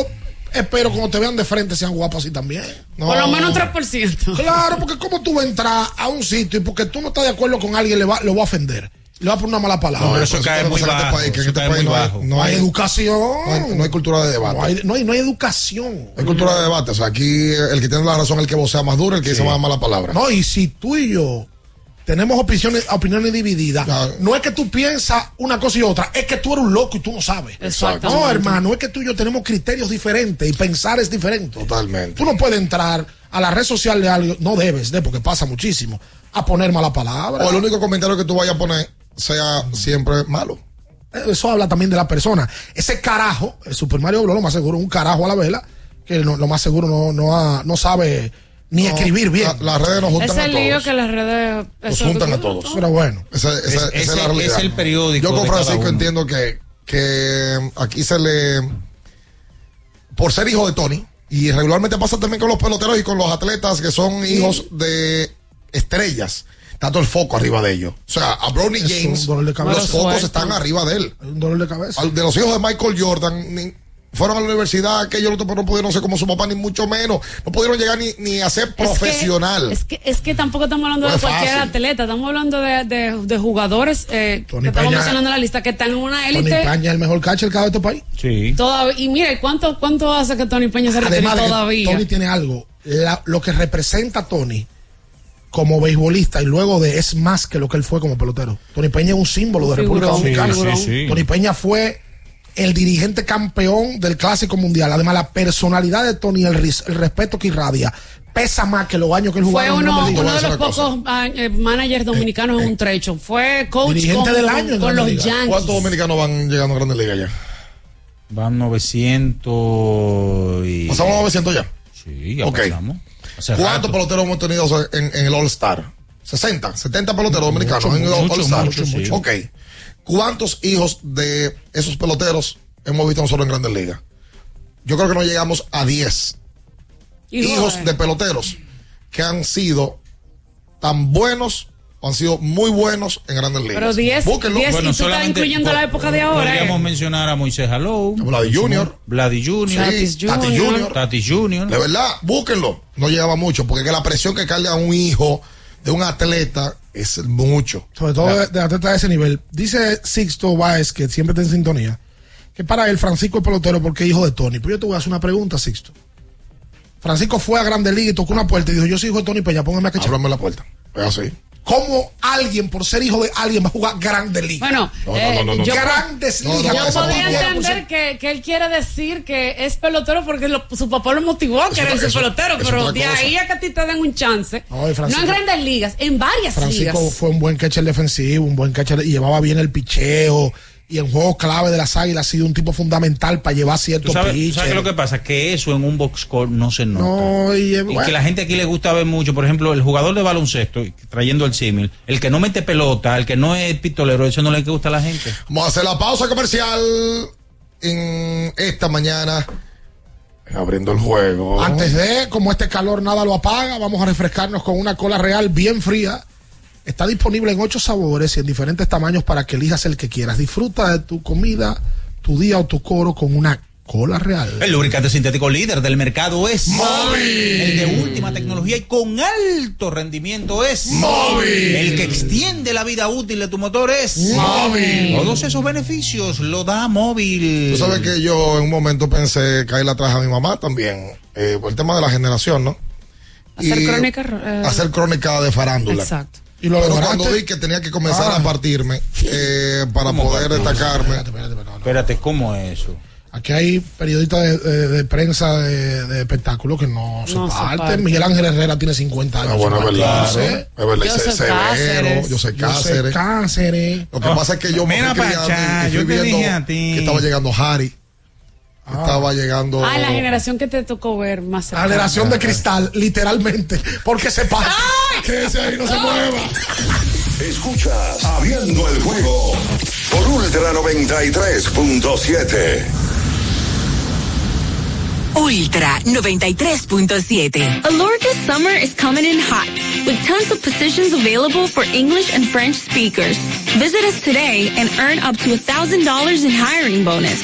Speaker 1: espero cuando te vean de frente sean guapos así también.
Speaker 11: Por lo menos un 3%.
Speaker 1: Claro,
Speaker 2: pues,
Speaker 1: porque como tú vas a entrar a un sitio y porque tú no estás de acuerdo con alguien, le va, lo va a ofender. Le va a poner una mala palabra. Pues,
Speaker 2: No, pero eso cae muy bajo,
Speaker 1: que
Speaker 2: eso cae muy
Speaker 1: Pues no hay-
Speaker 2: bajo.
Speaker 1: no hay, educación.
Speaker 2: No hay- no hay cultura de debate.
Speaker 1: No hay, no hay- no hay educación.
Speaker 2: Es cultura de debate. O sea, aquí eh, el que tiene la razón es el que vocea más duro, el que dice más mala palabra.
Speaker 1: No, y si tú y yo tenemos opiniones, opiniones divididas, no es que tú piensas una cosa y otra, es que tú eres un loco y tú no sabes.
Speaker 2: Exactamente.
Speaker 1: No, hermano, es que tú y yo tenemos criterios diferentes y pensar es diferente.
Speaker 2: Totalmente.
Speaker 1: Tú no puedes entrar a la red social de algo, no debes de, porque pasa muchísimo, a poner mala palabra.
Speaker 2: O el único comentario que tú vayas a poner sea siempre malo.
Speaker 1: Eso habla también de la persona. Ese carajo, el Super Mario Bros, lo más seguro, un carajo a la vela, que no- lo más seguro no, no, ha- no sabe ni
Speaker 2: No,
Speaker 1: escribir bien.
Speaker 2: la- las redes nos
Speaker 11: Es el lío que las redes. eso-
Speaker 1: Pero bueno.
Speaker 2: Esa, esa- esa es, la realidad.
Speaker 3: es el periódico
Speaker 2: Yo con
Speaker 3: de cada
Speaker 2: Francisco
Speaker 3: uno.
Speaker 2: entiendo que, que aquí se le. Por ser hijo de Tony, y regularmente pasa también con los peloteros y con los atletas que son hijos de estrellas. Está todo el foco arriba de ellos. O sea, a Brownie
Speaker 1: Es un
Speaker 2: James,
Speaker 1: dolor de cabeza.
Speaker 2: los focos
Speaker 1: Suelto.
Speaker 2: están arriba de él.
Speaker 1: Un dolor de cabeza.
Speaker 2: Al- De los hijos de Michael Jordan, ni- fueron a la universidad, que ellos no pudieron ser como su papá, ni mucho menos. No pudieron llegar ni, ni a ser
Speaker 11: Es que-
Speaker 2: profesional.
Speaker 11: Es que, es que tampoco estamos hablando
Speaker 2: No
Speaker 11: de
Speaker 2: es
Speaker 11: cualquier
Speaker 2: fácil.
Speaker 11: atleta, estamos hablando de, de- de jugadores eh, que estamos
Speaker 1: Peña.
Speaker 11: mencionando en la lista que están en una
Speaker 1: Tony
Speaker 11: élite.
Speaker 1: Peña es el mejor catcher que ha dado este país.
Speaker 3: Sí.
Speaker 11: Todavía, y mire, ¿cuánto, ¿cuánto hace que Tony Peña se retire
Speaker 1: Además de que
Speaker 11: todavía?
Speaker 1: Tony tiene algo, la- lo que representa a Tony como beisbolista y luego de es más que lo que él fue como pelotero. Tony Peña es un símbolo de
Speaker 2: Un
Speaker 1: República
Speaker 2: figurón,
Speaker 1: Dominicana.
Speaker 2: sí, sí, sí.
Speaker 1: Tony Peña fue el dirigente campeón del Clásico Mundial. Además, la personalidad de Tony, el, ris- el respeto que irradia, pesa más que los años que él jugaba.
Speaker 11: Fue
Speaker 1: en el
Speaker 11: uno,
Speaker 1: Premier League.
Speaker 11: uno de los pocos ah, eh, managers dominicanos en un trecho. Fue coach
Speaker 1: dirigente
Speaker 11: con,
Speaker 1: del año en
Speaker 11: con
Speaker 1: Grandes
Speaker 11: los
Speaker 1: Ligas.
Speaker 11: Yankees.
Speaker 2: ¿Cuántos dominicanos van llegando a Grandes Ligas ya?
Speaker 3: Van 900 y.
Speaker 2: ¿Pasamos a 900 ya?
Speaker 3: Sí, ya
Speaker 2: Ok.
Speaker 3: pasamos. Hace
Speaker 2: ¿Cuántos
Speaker 3: rato.
Speaker 2: peloteros hemos tenido en, en el All-Star? 60, 70 peloteros dominicanos en el
Speaker 3: mucho,
Speaker 2: All-Star.
Speaker 3: mucho, sí.
Speaker 2: Ok. ¿Cuántos hijos de esos peloteros hemos visto nosotros en Grandes Ligas? Yo creo que no llegamos a 10
Speaker 11: Hijo
Speaker 2: hijos
Speaker 11: de-
Speaker 2: de peloteros que han sido tan buenos o han sido muy buenos en Grandes Ligas.
Speaker 11: Pero 10, 10 y tú estás incluyendo la época de ahora.
Speaker 3: Podríamos
Speaker 11: eh.
Speaker 3: mencionar a Moisés Alou,
Speaker 2: Vladi Junior.
Speaker 3: Vladi Junior,
Speaker 2: Sí, Tatis Junior.
Speaker 3: Tatis Junior.
Speaker 2: De verdad, búsquenlo. No llegaba mucho, porque es que la presión que carga un hijo de un atleta es mucho.
Speaker 1: Sobre todo de, de atleta de ese nivel. Dice Sixto Báez, que siempre está en sintonía, que para él Francisco es pelotero porque es hijo de Tony. Pero yo te voy a hacer una pregunta, Sixto. Francisco fue a Grande Liga y tocó una puerta y dijo, yo soy hijo de Tony Peña, póngame a que
Speaker 2: Ábrame la puerta. Es así.
Speaker 1: ¿Cómo alguien, por ser hijo de alguien, va a jugar Grande Liga?
Speaker 11: Bueno, No, no, eh, no, no, no. yo-
Speaker 1: Grandes
Speaker 2: No, no,
Speaker 1: Ligas.
Speaker 2: no,
Speaker 1: Esa
Speaker 2: eso
Speaker 11: Podría
Speaker 1: puerta.
Speaker 11: entender que, que él quiere decir que es pelotero porque lo- su papá lo motivó a querer
Speaker 1: Eso-
Speaker 11: ser
Speaker 1: eso-
Speaker 11: pelotero,
Speaker 1: eso
Speaker 11: pero
Speaker 1: otra
Speaker 11: de
Speaker 1: cosa.
Speaker 11: ahí a que a ti te den un chance.
Speaker 1: No, y
Speaker 11: no
Speaker 1: Francisco-
Speaker 11: en grandes ligas, en varias
Speaker 1: Francisco
Speaker 11: ligas.
Speaker 1: fue un buen catcher defensivo, un buen catcher y llevaba bien el picheo. Y en juegos clave de las águilas ha sido un tipo fundamental para llevar
Speaker 3: ¿Tú
Speaker 1: ciertos
Speaker 3: sabes, tú
Speaker 1: pitches.
Speaker 3: sabes qué es lo que pasa? Que eso en un box score no se nota.
Speaker 1: No, y, eh,
Speaker 3: Y
Speaker 1: bueno.
Speaker 3: que la gente aquí le gusta ver mucho. Por ejemplo, el jugador de baloncesto, y trayendo el símil, el que no mete pelota, el que no es pistolero, eso no le gusta a la gente.
Speaker 2: Vamos a hacer la pausa comercial en esta mañana. Abriendo el juego.
Speaker 1: Antes de, como este calor nada lo apaga, vamos a refrescarnos con una cola real bien fría. Está disponible en ocho sabores y en diferentes tamaños para que elijas el que quieras. Disfruta de tu comida, tu día o tu coro con una cola real.
Speaker 3: El lubricante sintético líder del mercado es Móvil. El de última tecnología y con alto rendimiento es
Speaker 1: Móvil.
Speaker 3: El que extiende la vida útil de tu motor es
Speaker 2: Móvil.
Speaker 3: Todos esos beneficios lo da Móvil.
Speaker 2: Tú sabes que yo en un momento pensé caerle atrás a mi mamá también, eh, por el tema de la generación, ¿no?
Speaker 11: Hacer
Speaker 2: Y
Speaker 11: crónica, eh,
Speaker 2: hacer crónica de farándula.
Speaker 11: Exacto.
Speaker 1: ¿Y lo
Speaker 2: Pero
Speaker 1: lograste?
Speaker 2: cuando vi que tenía que comenzar
Speaker 1: Ah.
Speaker 2: a partirme eh, para
Speaker 3: ¿Cómo
Speaker 2: poder
Speaker 3: partirse?
Speaker 2: destacarme.
Speaker 3: Espérate, ¿cómo es eso?
Speaker 1: Aquí hay periodistas de, de- de prensa de, de espectáculo que no se
Speaker 2: No se
Speaker 1: parten.
Speaker 2: parten.
Speaker 1: Miguel Ángel Herrera tiene 50 años.
Speaker 2: Ah, bueno, es verdad.
Speaker 1: Claro.
Speaker 2: ¿eh? Es verdad.
Speaker 1: Yo
Speaker 2: Ese-
Speaker 1: sé
Speaker 2: severo,
Speaker 1: Cáceres.
Speaker 2: Yo
Speaker 1: Yo
Speaker 2: sé
Speaker 1: sé
Speaker 2: Cáceres.
Speaker 1: Cáceres.
Speaker 2: Lo que
Speaker 1: Ah.
Speaker 2: pasa es que yo me
Speaker 1: Mira
Speaker 2: fui
Speaker 1: pa'
Speaker 2: criando
Speaker 1: allá,
Speaker 2: y
Speaker 1: yo
Speaker 2: fui
Speaker 1: te dije
Speaker 2: viendo
Speaker 1: a ti.
Speaker 2: que estaba Ah, llegando Harry.
Speaker 19: Estaba llegando.
Speaker 11: Ah, la generación que te tocó ver más
Speaker 20: La generación de cristal, literalmente. Porque se para.
Speaker 1: Ah.
Speaker 20: Quédese ahí, no se mueva.
Speaker 21: Escuchas Abriendo el juego por Ultra 93.7.
Speaker 4: Ultra 93.7.
Speaker 5: Alorca's summer is coming in hot with tons of positions available for English and French speakers. Visit us today and earn up to $1,000 in hiring bonus.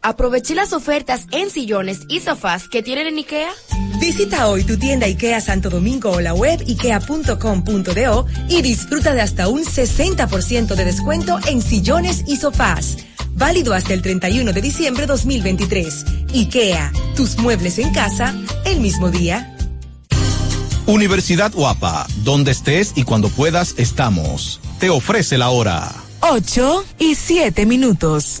Speaker 4: Aproveché las ofertas en sillones y sofás que tienen en IKEA.
Speaker 6: Visita hoy tu tienda IKEA Santo Domingo o la web ikea.com.do y disfruta de hasta un 60% de descuento en sillones y sofás. Válido hasta el 31 de diciembre 2023. IKEA, tus muebles en casa el mismo día.
Speaker 22: Universidad Guapa, donde estés y cuando puedas estamos. Te ofrece la hora.
Speaker 23: 8 y 7 minutos.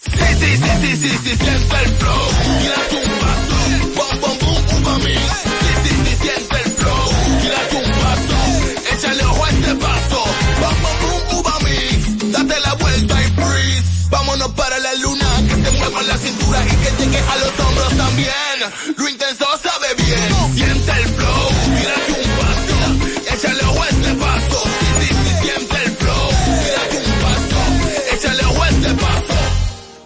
Speaker 2: Sí, sí, sí, sí, sí, sí, siente el flow. Tírate un paso. Bom, bom, bum, uva mix. Sí, sí, sí, siente el flow. Tírate un paso. Échale ojo a este paso. Bom, bom, bum, uva mix. Date la vuelta y freeze. Vámonos para la luna. Que se mueva la cintura y que llegue a los hombros también. Lo intenso sabe bien. Siente el flow. Tírate un paso. Échale ojo a este paso. Sí, sí, sí, siente el flow. Tírate un paso. Échale ojo a este paso.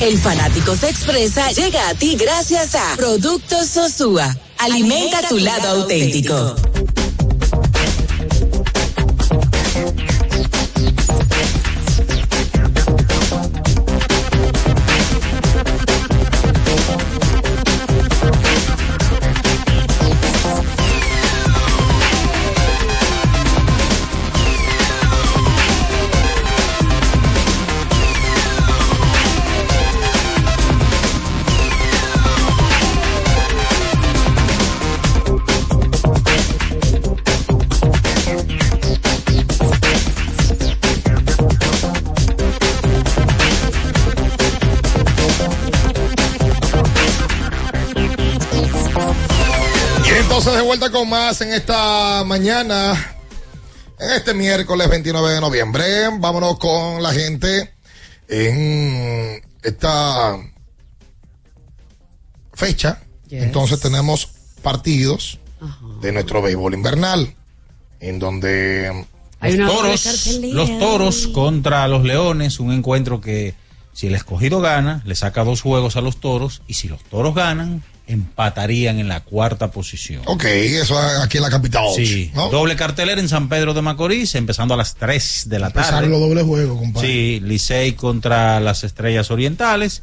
Speaker 23: El fanático se expresa llega a ti gracias a Productos Sosúa. Alimenta tu lado auténtico.
Speaker 2: Y entonces de vuelta con más en esta mañana, en este miércoles 29 de noviembre. Vámonos con la gente en esta fecha. Entonces tenemos partidos de nuestro béisbol invernal, en donde
Speaker 3: Los toros, los toros contra los leones, un encuentro que si el escogido gana, le saca dos juegos a los toros y si los toros ganan, empatarían en la cuarta posición.
Speaker 2: Ok, eso aquí en la capital.
Speaker 3: Sí,
Speaker 2: ¿no?
Speaker 3: doble cartelera en San Pedro de Macorís, empezando a las 3 de la tarde.
Speaker 1: Pesaron los dobles juegos, compadre.
Speaker 3: Sí, Licey contra las Estrellas Orientales.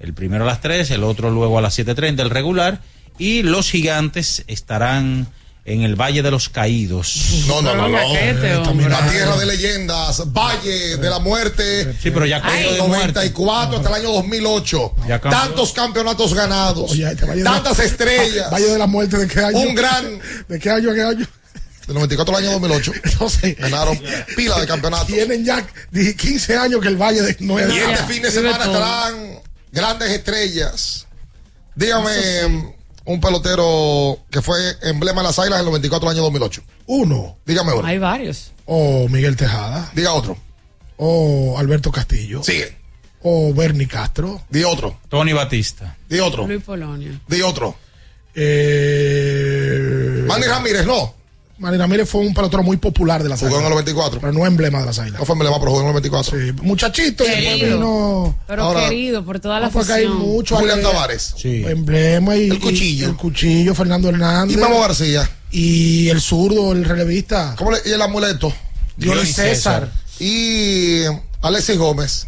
Speaker 3: El primero a las 3, el otro luego a las 7.30, el regular. Y los gigantes estarán en el Valle de los Caídos.
Speaker 2: No, no, no, no. La tierra de leyendas, Valle de la Muerte.
Speaker 3: Sí, pero ya cambió de
Speaker 2: 94 hasta el año 2008.
Speaker 3: Ya cambió.
Speaker 2: Tantos campeonatos ganados.
Speaker 1: Este Valle de la-
Speaker 2: tantas estrellas.
Speaker 1: Valle de la Muerte, ¿de qué año?
Speaker 2: Un gran-
Speaker 1: ¿De qué año a qué año?
Speaker 2: Del 94 al año 2008. Ganaron pila de campeonatos.
Speaker 1: Tienen ya 15 años que el Valle de no
Speaker 2: Y
Speaker 1: es-
Speaker 2: este fin de semana
Speaker 1: todo.
Speaker 2: estarán grandes estrellas. Dígame mm, un pelotero que fue emblema de las águilas en el 94 del año 2008.
Speaker 1: Uno.
Speaker 2: Dígame uno.
Speaker 1: Hay varios. O Miguel Tejada.
Speaker 2: Diga otro.
Speaker 1: O Alberto Castillo.
Speaker 2: Sigue.
Speaker 1: O Bernie Castro.
Speaker 2: Di otro.
Speaker 3: Tony Batista.
Speaker 2: Di otro.
Speaker 11: Luis Polonia.
Speaker 2: Di otro.
Speaker 1: Eh...
Speaker 2: Manny Ramírez, no.
Speaker 1: Manny Ramírez fue un pelotero muy popular de las
Speaker 2: Jugó en el
Speaker 1: Águilas.
Speaker 2: 94.
Speaker 1: Pero no emblema de las Águilas.
Speaker 2: No fue emblema, pero jugó en el 94.
Speaker 1: Sí. Muchachito. y después
Speaker 11: Querido.
Speaker 1: vino-
Speaker 11: Pero querido por toda la
Speaker 1: No, porque hay
Speaker 11: afición.
Speaker 1: mucho
Speaker 2: Julián
Speaker 1: Ale-
Speaker 2: Tavares.
Speaker 1: Emblema y el cuchillo. el cuchillo, Fernando Hernández.
Speaker 2: Y Memo García.
Speaker 1: Y el zurdo, el relevista.
Speaker 2: ¿Cómo le- y el amuleto?
Speaker 1: Dionis César.
Speaker 2: Y Alexis Gómez.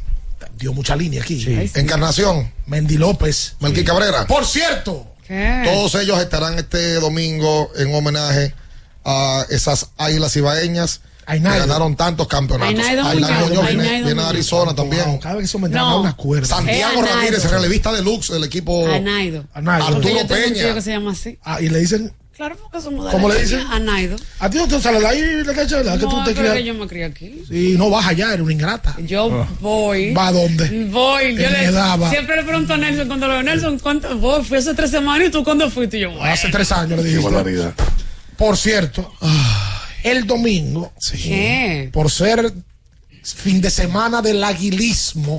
Speaker 1: Dio mucha línea aquí.
Speaker 2: Encarnación.
Speaker 1: Mendy López.
Speaker 2: Melqui Cabrera.
Speaker 1: Por cierto. Eh.
Speaker 2: Todos ellos estarán este domingo en homenaje a esas águilas ibaeñas que
Speaker 1: Ainaldo.
Speaker 2: ganaron tantos campeonatos.
Speaker 1: Ainaldo
Speaker 2: Ainaldo
Speaker 1: Muñoz,
Speaker 2: Muñoz viene-
Speaker 1: Ainaldo
Speaker 2: viene de
Speaker 1: Muñoz.
Speaker 2: Arizona también.
Speaker 1: Cada vez que se me da
Speaker 2: No.
Speaker 1: una cuerda. Eh, Ah,
Speaker 2: Santiago
Speaker 11: Es
Speaker 2: Ramírez,
Speaker 11: Ainaldo.
Speaker 2: relevista deluxe del equipo
Speaker 11: Anaido.
Speaker 1: Arnaldo.
Speaker 2: Arturo
Speaker 11: Yo tengo un tío
Speaker 2: Peña.
Speaker 11: que se llama así.
Speaker 1: Ah, y le dicen
Speaker 11: Claro, porque somos de
Speaker 2: ¿Cómo
Speaker 11: la
Speaker 2: le
Speaker 11: calle.
Speaker 2: dicen?
Speaker 11: Anaido.
Speaker 2: A ti no te sale de ahí la calle, ¿verdad? que
Speaker 11: No,
Speaker 2: tú te
Speaker 11: pero
Speaker 2: creas.
Speaker 11: que yo me crié aquí.
Speaker 2: Sí, no vas allá, eres una ingrata. Ah.
Speaker 11: Yo voy.
Speaker 2: ¿Va a dónde?
Speaker 11: Voy, yo
Speaker 2: En
Speaker 11: le,
Speaker 2: edad, va.
Speaker 11: siempre le pregunto a Nelson cuando lo veo, Nelson, ¿cuánto? Vos fui hace tres semanas y tú cuándo fuiste Y yo, bueno.
Speaker 2: Hace tres años le dije. Por cierto, el domingo,
Speaker 11: ¿Qué?
Speaker 2: por ser fin de semana del aguilismo,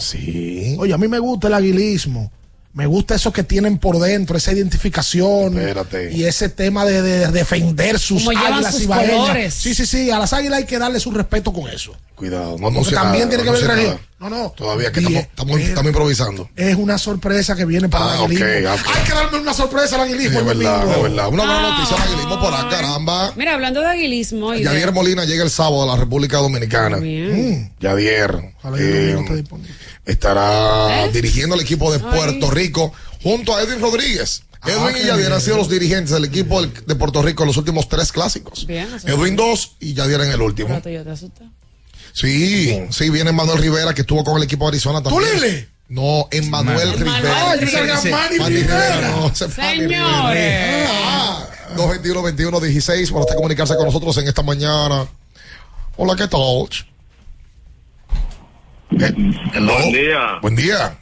Speaker 2: oye, a mí me gusta el aguilismo. Me gusta eso que tienen por dentro, esa identificación
Speaker 1: Espérate.
Speaker 2: y ese tema de, de defender sus
Speaker 11: Como llevan
Speaker 2: águilas
Speaker 11: sus
Speaker 2: ibaeñas.
Speaker 11: colores.
Speaker 2: Sí, sí, sí, a las águilas hay que darle su respeto con eso.
Speaker 1: Cuidado, no
Speaker 2: Porque
Speaker 1: anuncie
Speaker 2: también
Speaker 1: nada,
Speaker 2: tiene que
Speaker 1: no
Speaker 2: ver
Speaker 1: anuncie
Speaker 2: religión.
Speaker 1: nada.
Speaker 2: No, no.
Speaker 1: Todavía que
Speaker 2: Dije,
Speaker 1: estamos, estamos,
Speaker 2: es-
Speaker 1: estamos improvisando.
Speaker 2: Es una sorpresa que viene para
Speaker 1: Ah,
Speaker 2: el aguilismo.
Speaker 1: ok, ok.
Speaker 2: Hay que darme una sorpresa al
Speaker 1: Es
Speaker 2: aguilismo. el
Speaker 1: verdad,
Speaker 2: domingo.
Speaker 1: es verdad. Una buena
Speaker 11: Ah.
Speaker 1: noticia, aguilismo por acá, caramba.
Speaker 11: Mira, hablando de aguilismo y de-
Speaker 1: Yadier Molina llega el sábado a la República Dominicana. Mm, Yadier eh, estará dirigiendo al equipo de Puerto Rico junto a Edwin Rodríguez. Edwin y
Speaker 2: Ah, qué
Speaker 1: Yadier
Speaker 2: bien.
Speaker 1: han sido los dirigentes del equipo del- de Puerto Rico en los últimos tres clásicos.
Speaker 11: Bien, eso
Speaker 1: Edwin dos y Yadier en el último.
Speaker 11: Espérate, yo te asusté.
Speaker 1: Sí, sí, viene Manuel Rivera que estuvo con el equipo de Arizona también.
Speaker 2: Lele?
Speaker 1: No, Emmanuel
Speaker 2: Emmanuel
Speaker 1: Rivera.
Speaker 2: Rivera. Ay, ese era Manny
Speaker 1: Manny
Speaker 2: Rivera.
Speaker 1: no, ese es Manny Rivera.
Speaker 11: Señores.
Speaker 1: Ah, 221-21-16 para usted comunicarse con nosotros en esta mañana. Hola, ¿qué tal?
Speaker 24: Buen día.
Speaker 1: Buen día.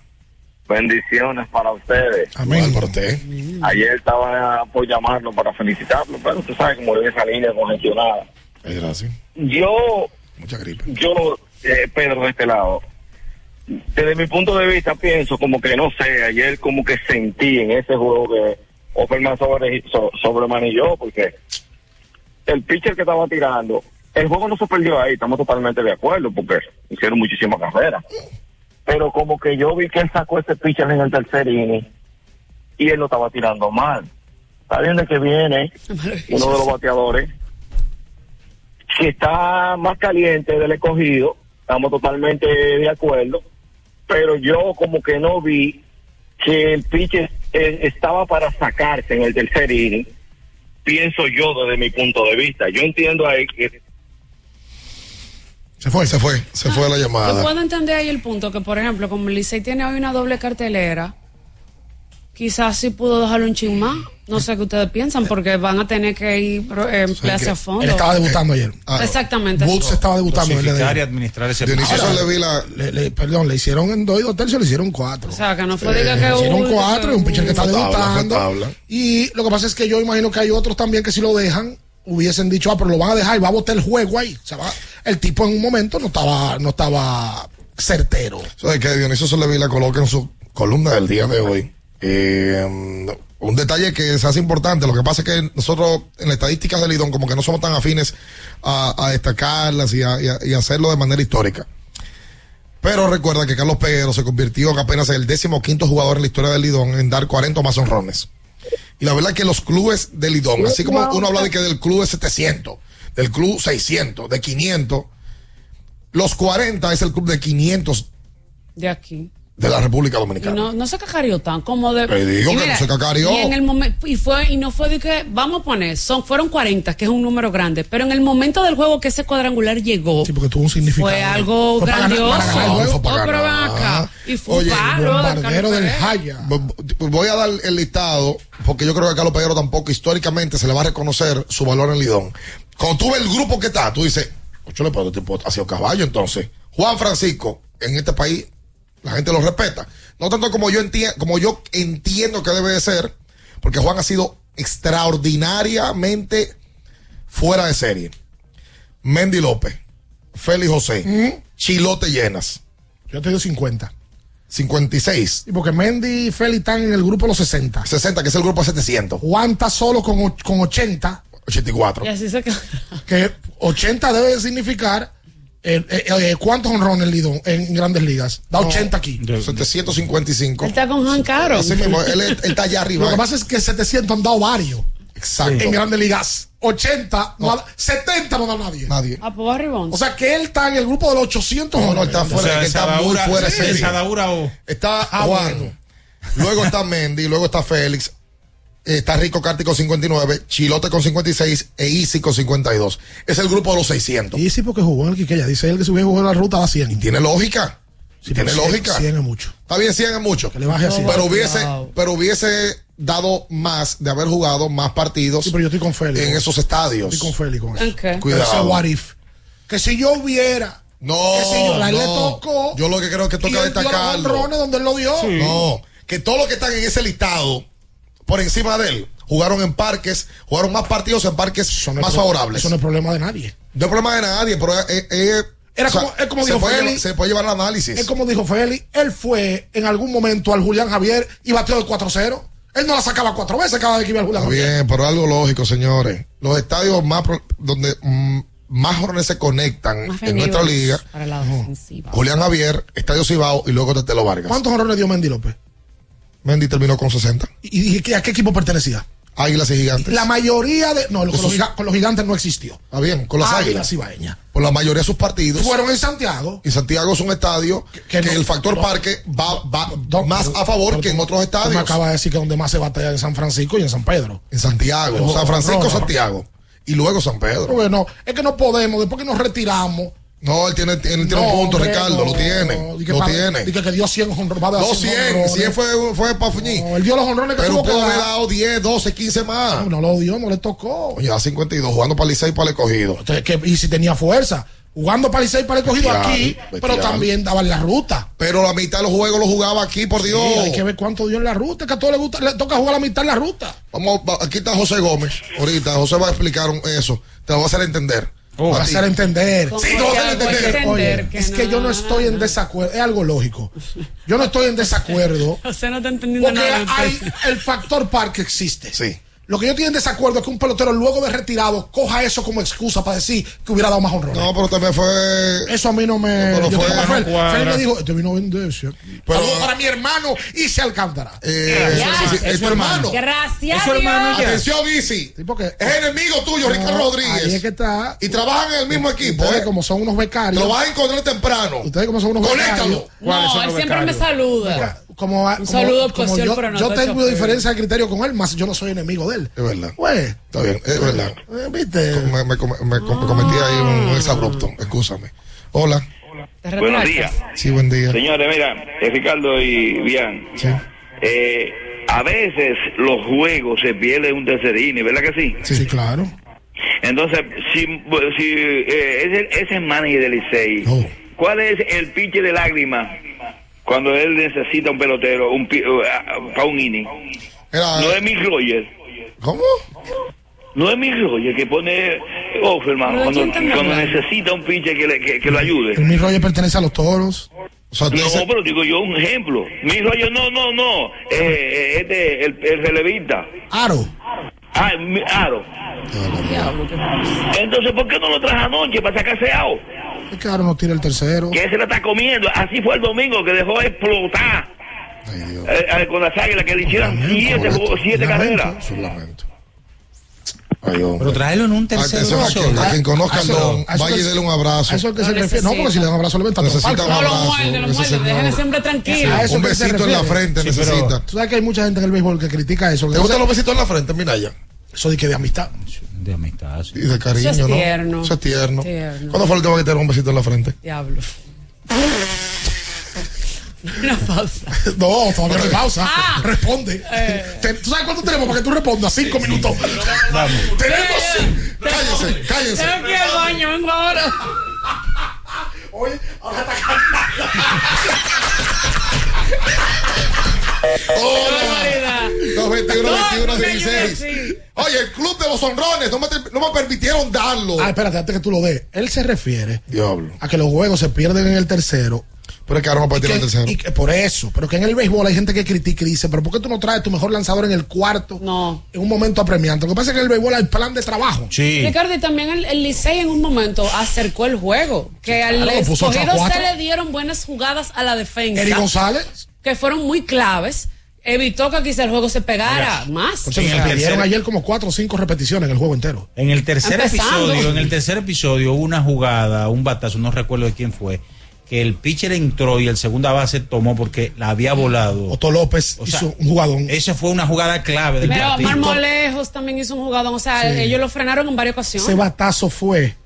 Speaker 24: Bendiciones para ustedes.
Speaker 1: Amén. Para usted.
Speaker 24: Ayer estaba por llamarlo para felicitarlo, pero usted sabe cómo es esa línea congestionada.
Speaker 1: Gracias.
Speaker 24: Yo,
Speaker 1: Mucha gripe.
Speaker 24: yo, eh, Pedro, de este lado, desde mi punto de vista pienso como que no sé, ayer como que sentí en ese juego que Offerman sobre, so- sobremanilló porque el pitcher que estaba tirando, el juego no se perdió ahí, estamos totalmente de acuerdo porque hicieron muchísimas carreras. Pero como que yo vi que él sacó ese pitcher en el tercer inning y él lo estaba tirando mal. Está bien de que viene uno de los bateadores que está más caliente del escogido, estamos totalmente de acuerdo, pero yo como que no vi que el pitcher eh, estaba para sacarse en el tercer inning, pienso yo desde mi punto de vista. Yo entiendo ahí que
Speaker 1: Se fue, se fue, se fue la
Speaker 11: Yo
Speaker 1: llamada.
Speaker 11: puedo entender ahí el punto que, por ejemplo, como el Licey tiene hoy una doble cartelera, quizás sí pudo dejarlo un chin más. No sé qué ustedes piensan, porque van a tener que ir pro- eh, emplearse a fondo. Ah,
Speaker 2: Él estaba debutando ayer. Ah,
Speaker 11: Exactamente.
Speaker 2: Woods estaba debutando. él le dijo.
Speaker 3: Dosificar y administrar ese
Speaker 1: Dionisio
Speaker 2: Ahora,
Speaker 1: Soldevila-
Speaker 2: le- le- perdón, le hicieron en dos y dos tercios, le hicieron cuatro.
Speaker 11: O sea, que no fue
Speaker 2: Eh,
Speaker 11: diga que
Speaker 2: le hicieron
Speaker 11: uy,
Speaker 2: cuatro y un pitcher que está
Speaker 1: Fue tabla, fue
Speaker 2: debutando.
Speaker 1: tabla.
Speaker 2: Y lo que pasa es que yo imagino que hay otros también que si lo dejan, hubiesen dicho, ah, pero lo van a dejar y va a botar el juego ahí. O sea, va- el tipo en un momento no estaba, no estaba certero.
Speaker 1: ¿Sabes que Dionisio Soldevila coloca en su columna del día de hoy? eh, un detalle que se hace importante. Lo que pasa es que nosotros en las estadísticas del IDON como que no somos tan afines a, a destacarlas y a, y a- y a hacerlo de manera histórica. Pero recuerda que Carlos Peguero se convirtió en apenas el décimo quinto jugador en la historia del Lidón en dar 40 o más honrones. Y la verdad es que los clubes del Lidón, así como uno habla de que del club es 700, del club 600, de 500, los 40 es el club de 500
Speaker 11: de aquí.
Speaker 1: de la República
Speaker 11: Y
Speaker 1: Dominicana.
Speaker 11: no, no se cacarió tan como de.
Speaker 1: Te digo
Speaker 11: y
Speaker 1: que no se cacarió.
Speaker 11: Y, en el momen- y, fue, y no fue de que, vamos a poner, son, fueron 40, que es un número grande, pero en el momento del juego que ese cuadrangular llegó,
Speaker 2: Porque tuvo un significado.
Speaker 11: fue algo
Speaker 2: Fue para ganar-
Speaker 11: grandioso.
Speaker 2: para ganar el juego.
Speaker 11: No, pero ven acá. Y fue un palo de Carlos Pérez.
Speaker 1: Bo- bo- Voy a dar el listado, porque yo creo que a Carlos Peguero tampoco históricamente se le va a reconocer su valor en Lidón. Cuando tú ves el grupo que está, tú dices, le pero este tipo ha sido caballo entonces. Juan Francisco, en este país, la gente lo respeta. No tanto como yo entiendo, como yo entiendo que debe de ser, porque Juan ha sido extraordinariamente fuera de serie. Mendy López, Félix José, Chilote Llenas.
Speaker 2: Yo te digo 50.
Speaker 1: 56.
Speaker 2: Y porque Mendy y Feli están en el grupo de los 60.
Speaker 1: 60, que es el grupo 700.
Speaker 2: Juan está solo con, och- con 80.
Speaker 1: 84.
Speaker 11: Y así se quedó.
Speaker 2: que 80 debe de significar eh, eh, eh, cuántos honrones Lidón en grandes ligas. Da 80 aquí.
Speaker 1: 755.
Speaker 11: Él está con Juan Caro.
Speaker 1: Así mismo, él, es- él está allá arriba.
Speaker 2: Lo que pasa es que 700 han dado varios
Speaker 1: Exacto.
Speaker 2: en grandes ligas. 80, no ha- 70 no ha dado nadie.
Speaker 1: Nadie.
Speaker 11: Ah, pues va ribón.
Speaker 2: O sea que él está en el grupo de los 800
Speaker 1: No, no,
Speaker 2: honrones.
Speaker 1: está fuera,
Speaker 2: O sea,
Speaker 1: que está
Speaker 3: Sadaura-
Speaker 1: muy fuera de
Speaker 3: sí,
Speaker 1: serie.
Speaker 3: Sadaura o-
Speaker 1: Está
Speaker 2: Ah,
Speaker 1: Juan,
Speaker 2: bueno.
Speaker 1: luego está Mendy, luego está Félix, eh, está Rico Carti con 59, Chilote con 56 e Easy con 52. Es el grupo de los 600.
Speaker 2: Y sí, porque jugó en el Quiqueya. Dice él que si hubiera jugado en la ruta da 100.
Speaker 1: Tiene lógica. tiene
Speaker 2: pero cien-
Speaker 1: lógica.
Speaker 2: cien es mucho.
Speaker 1: Está bien, 100 es mucho.
Speaker 2: le baje a cien.
Speaker 1: Pero hubiese,
Speaker 2: Wow.
Speaker 1: pero hubiese
Speaker 2: dado más, de haber jugado más partidos en esos estadios.
Speaker 1: Estoy con Félix con eso.
Speaker 2: Ok.
Speaker 1: Cuidado.
Speaker 2: Cuidado.
Speaker 1: Ese what if. Que si yo hubiera.
Speaker 2: No,
Speaker 1: Que si yo, a él
Speaker 2: no.
Speaker 1: le tocó.
Speaker 2: Yo lo que creo que
Speaker 1: y
Speaker 2: toca
Speaker 1: él dio los
Speaker 2: destacarlo.
Speaker 1: jonrones donde él lo dio.
Speaker 2: No, que todos los que están en ese listado, por encima de él, jugaron en parques, jugaron más partidos en parques
Speaker 1: no es
Speaker 2: más
Speaker 1: pro-
Speaker 2: favorables.
Speaker 1: Eso no es problema de nadie.
Speaker 2: No es problema de nadie, pero eh, eh,
Speaker 1: Era
Speaker 2: o sea,
Speaker 1: como, es como
Speaker 2: se
Speaker 1: dijo
Speaker 2: puede
Speaker 1: Félix.
Speaker 2: llevar- se puede llevar el análisis.
Speaker 1: Es como dijo Félix. Él fue en algún momento al Julián Javier y bateó de 4-0. Él no la sacaba cuatro veces cada vez que iba al Julián
Speaker 2: Está
Speaker 1: Javier.
Speaker 2: bien, pero algo lógico, señores. Los estadios más pro- donde mm, más jóvenes se conectan en nuestra liga, Julián Javier, Estadio Cibao y luego Tetelo Vargas.
Speaker 1: ¿Cuántos horrores dio Mendy López?
Speaker 2: Mendy terminó con 60.
Speaker 1: ¿Y, dije que a qué equipo pertenecía?
Speaker 2: Águilas y Gigantes.
Speaker 1: La mayoría de. No, con los,
Speaker 2: Esos-
Speaker 1: giga- con los gigantes no existió.
Speaker 2: Está bien, con las
Speaker 1: Águilas
Speaker 2: Águilas.
Speaker 1: Ibaeñas.
Speaker 2: Por la mayoría de sus partidos.
Speaker 1: Fueron en Santiago.
Speaker 2: Y Santiago es un estadio que, el factor
Speaker 1: no.
Speaker 2: parque va, va más a favor
Speaker 1: Pero
Speaker 2: que
Speaker 1: tú-
Speaker 2: en
Speaker 1: tú
Speaker 2: otros
Speaker 1: Me
Speaker 2: estadios.
Speaker 1: acaba de decir que donde más se batalla en San Francisco y en San Pedro.
Speaker 2: En Santiago,
Speaker 1: No,
Speaker 2: San Francisco,
Speaker 1: no, no.
Speaker 2: Santiago. Y luego San Pedro.
Speaker 1: Bueno, es que no podemos, después que nos retiramos.
Speaker 2: No, él tiene, él tiene un punto, Ricardo, lo tiene.
Speaker 1: Dije
Speaker 2: lo tiene.
Speaker 1: Dije que dio 100 honrones. va a dar
Speaker 2: No, 100,
Speaker 1: honrones.
Speaker 2: 100 fue, fue para Fuñi.
Speaker 1: No, él dio los honrones que
Speaker 2: Pero
Speaker 1: tuvo que
Speaker 2: pudo haber
Speaker 1: dar.
Speaker 2: dado 10, 12, 15 más.
Speaker 1: No lo dio, no le tocó.
Speaker 2: Oye, da 52, jugando para Licey y para el cogido.
Speaker 1: Entonces, que- y si tenía fuerza. Jugando para Licey para el cogido
Speaker 2: Bestial,
Speaker 1: aquí, pero
Speaker 2: bestial.
Speaker 1: también daba en la ruta.
Speaker 2: Pero la mitad de los juegos los jugaba aquí, por
Speaker 1: Sí,
Speaker 2: Dios.
Speaker 1: hay que ver cuánto dio en la ruta, que a todos les, gusta, le toca jugar la mitad en la ruta.
Speaker 2: Vamos, va- aquí está José Gómez. Ahorita José va a explicar un- eso. Te lo va a hacer entender.
Speaker 1: Te Oh, va a
Speaker 2: ti.
Speaker 1: hacer entender.
Speaker 2: Sí, te va a hacer entender.
Speaker 1: Oye, es que yo no estoy en desacuerdo. Es algo lógico. Yo no estoy en desacuerdo.
Speaker 11: O sea, no está entendiendo
Speaker 1: Porque
Speaker 11: nada. pues.
Speaker 1: hay el factor parque existe. Lo que yo estoy en desacuerdo es que un pelotero luego de retirado coja eso como excusa para decir que hubiera dado más honrones.
Speaker 2: No, pero también fue.
Speaker 1: Eso a mí no me.
Speaker 2: No, pero
Speaker 1: yo
Speaker 2: fue-
Speaker 1: tengo a Fel.
Speaker 2: no cuadra.
Speaker 1: Fel me dijo, este vino a venderse aquí".
Speaker 2: Pero-
Speaker 1: Saludos para mi hermano Isi Alcántara.
Speaker 2: Eh,
Speaker 1: Ya,
Speaker 2: sí, sí, sí,
Speaker 1: es
Speaker 2: es
Speaker 1: su
Speaker 2: tu hermano.
Speaker 1: Gracias, Dios.
Speaker 2: Atención, Isi. Es enemigo tuyo,
Speaker 1: No,
Speaker 2: Ricardo Rodríguez.
Speaker 1: ahí es que está.
Speaker 2: Y trabajan en el mismo equipo,
Speaker 1: Ustedes
Speaker 2: ¿eh?
Speaker 1: como son unos becarios.
Speaker 2: Lo vas a encontrar temprano.
Speaker 1: Ustedes como son unos
Speaker 2: Conéctalo.
Speaker 1: becarios.
Speaker 11: No, él siempre me saluda.
Speaker 1: Como,
Speaker 11: Un saludo especial,
Speaker 1: yo,
Speaker 11: pero no
Speaker 1: yo
Speaker 11: te
Speaker 1: tengo
Speaker 11: choquees.
Speaker 1: diferencia de criterio con él, más yo no soy enemigo de él.
Speaker 2: Es verdad.
Speaker 1: Güey,
Speaker 2: Está bien, es verdad.
Speaker 1: eh, viste.
Speaker 2: Me, me com- me
Speaker 11: Ah.
Speaker 2: com- me cometí ahí un exabrupto. Excúsame. Hola.
Speaker 14: Buenos días.
Speaker 2: Sí, buen día.
Speaker 14: Señores, mira, eh, Ricardo y Bian,
Speaker 2: Sí.
Speaker 14: eh, a veces los juegos se pierden un tercer inning, ¿verdad que sí?
Speaker 1: Sí, claro.
Speaker 14: Entonces, si, si eh, ese, ese manager del Licey, ¿cuál es el pinche de lágrimas cuando él necesita un pelotero un pi- uh, uh, para un inning? No es Mick Rogers.
Speaker 2: ¿Cómo?
Speaker 14: No es Mick Rogers que pone
Speaker 1: ¿Pero
Speaker 14: Offerman
Speaker 1: de
Speaker 14: cuando,
Speaker 1: quién están
Speaker 14: cuando
Speaker 1: hablando?
Speaker 14: necesita un pinche que, le- que, que lo ayude.
Speaker 1: El Mi Roger pertenece a los toros.
Speaker 14: no, pero digo yo un ejemplo. Mick Rogers, no, no, no. Eh, eh, este, el, el relevista.
Speaker 1: Aro.
Speaker 14: Ah, mi- Aro. Entonces, ¿por qué no lo traje anoche para sacarse out?
Speaker 1: Es que Aro no tira el tercero.
Speaker 14: que se la está comiendo. Así fue el domingo que dejó explotar eh, eh, con las águilas que le hicieron
Speaker 1: ¿eh?
Speaker 14: siete, jugó- siete carreras.
Speaker 3: Pero tráelo en un tercero.
Speaker 2: Atención Ah, a quien, a quien conozca al don. Vaya y dele un abrazo.
Speaker 1: A eso es que se refiere. No, porque si le dan un abrazo, le venta
Speaker 2: Necesita un No lo abrazo, muerde, lo ese muerde, señor. déjele
Speaker 11: siempre tranquilo.
Speaker 1: A eso
Speaker 2: Un
Speaker 1: que se
Speaker 2: besito en la
Speaker 1: refiere.
Speaker 2: frente necesita.
Speaker 1: Tú sabes que hay mucha gente en el béisbol que critica eso.
Speaker 2: ¿Te gustan los besitos en la frente, Minaya?
Speaker 1: Eso de que de amistad.
Speaker 3: De amistad.
Speaker 2: Y de cariño,
Speaker 1: Eso es
Speaker 2: ¿no?
Speaker 1: tierno.
Speaker 2: Eso es tierno.
Speaker 1: Tierno.
Speaker 2: ¿Cuándo fue el último que te dieron un besito en la frente?
Speaker 11: este Diablo.
Speaker 1: Una pausa. No, Oh, todavía no hay pausa. Responde. Te- ¿Tú sabes cuánto tenemos para que tú respondas? Cinco minutos.
Speaker 2: Vamos.
Speaker 1: Tenemos.
Speaker 2: Cállense, cállense.
Speaker 11: Tengo que ir al baño, vengo ahora.
Speaker 2: Hola. 221 21 16. Oye, el club de los honrones no me, no me permitieron darlo.
Speaker 1: Ah, espérate, antes que tú lo des. Él se refiere
Speaker 2: Diablo.
Speaker 1: a que los juegos se pierden en el tercero.
Speaker 2: Pero es que ahora no puede tirar el tercero.
Speaker 1: Y que- por eso, pero que en el béisbol hay gente que critica y dice, pero ¿por qué tú no traes tu mejor lanzador en el cuarto? No. En un momento apremiante. Lo que pasa es que en el béisbol hay plan de trabajo.
Speaker 3: Sí.
Speaker 11: Ricardo, y también el, el Licey en un momento acercó el juego. Que al
Speaker 1: claro, puso ocho a
Speaker 11: escogido se
Speaker 1: cuatro.
Speaker 11: le dieron buenas jugadas a la defensa.
Speaker 1: Eri González.
Speaker 11: Que fueron muy claves. Evitó que quizá el juego se pegara más.
Speaker 1: Por cierto,
Speaker 3: En
Speaker 1: se
Speaker 3: el
Speaker 1: perdieron
Speaker 3: tercero.
Speaker 1: ayer como cuatro o cinco repeticiones en el juego entero.
Speaker 3: En el tercer
Speaker 1: Empezando.
Speaker 3: episodio, en el tercer episodio, hubo una jugada, un batazo, no recuerdo de quién fue, que el pitcher entró y el segunda base tomó porque la había volado.
Speaker 1: Otto López
Speaker 3: sea,
Speaker 1: hizo un jugadón.
Speaker 3: Esa fue una jugada clave del
Speaker 11: Pero
Speaker 3: partido.
Speaker 11: Marmolejos también hizo un jugadón. O sea,
Speaker 1: Sí.
Speaker 11: ellos lo frenaron en varias
Speaker 1: Ese
Speaker 11: ocasiones.
Speaker 1: batazo fue.